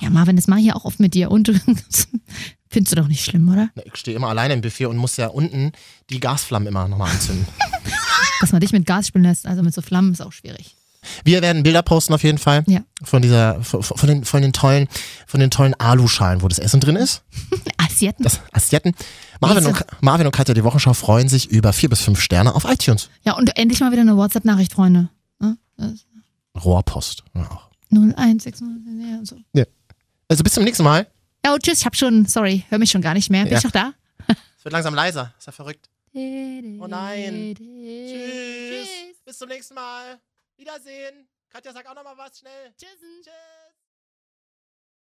Speaker 1: Ja, Marvin, das mache ich ja auch oft mit dir. Und du- findest du doch nicht schlimm, oder?
Speaker 8: Na, Ich stehe immer alleine im Buffet und muss ja unten die Gasflammen immer nochmal anzünden.
Speaker 1: Dass man dich mit Gas spielen lässt, also mit so Flammen, ist auch schwierig.
Speaker 8: Wir werden Bilder posten auf jeden Fall
Speaker 1: Ja.
Speaker 8: von dieser, von, von den, von den tollen, von den tollen Aluschalen, wo das Essen drin ist.
Speaker 1: Asiaten.
Speaker 8: Das Asiaten. Marvin, und, Marvin und Katja, die Wochenschau freuen sich über vier bis fünf Sterne auf iTunes.
Speaker 1: Ja, und endlich mal wieder eine WhatsApp-Nachricht, Freunde. Ja, das ist
Speaker 8: Rohrpost. Ja, auch.
Speaker 1: 0160. Ja, und so.
Speaker 8: Also bis zum nächsten Mal.
Speaker 1: ja, oh, tschüss, ich hab schon, sorry, hör mich schon gar nicht mehr. Bin
Speaker 8: Ja.
Speaker 1: ich noch da?
Speaker 8: Es wird langsam leiser. Ist ja verrückt.
Speaker 1: Oh
Speaker 8: nein.
Speaker 1: Tschüss.
Speaker 8: Bis zum nächsten Mal. Wiedersehen. Katja, sag auch nochmal was schnell.
Speaker 1: Tschüss.
Speaker 8: Tschüss.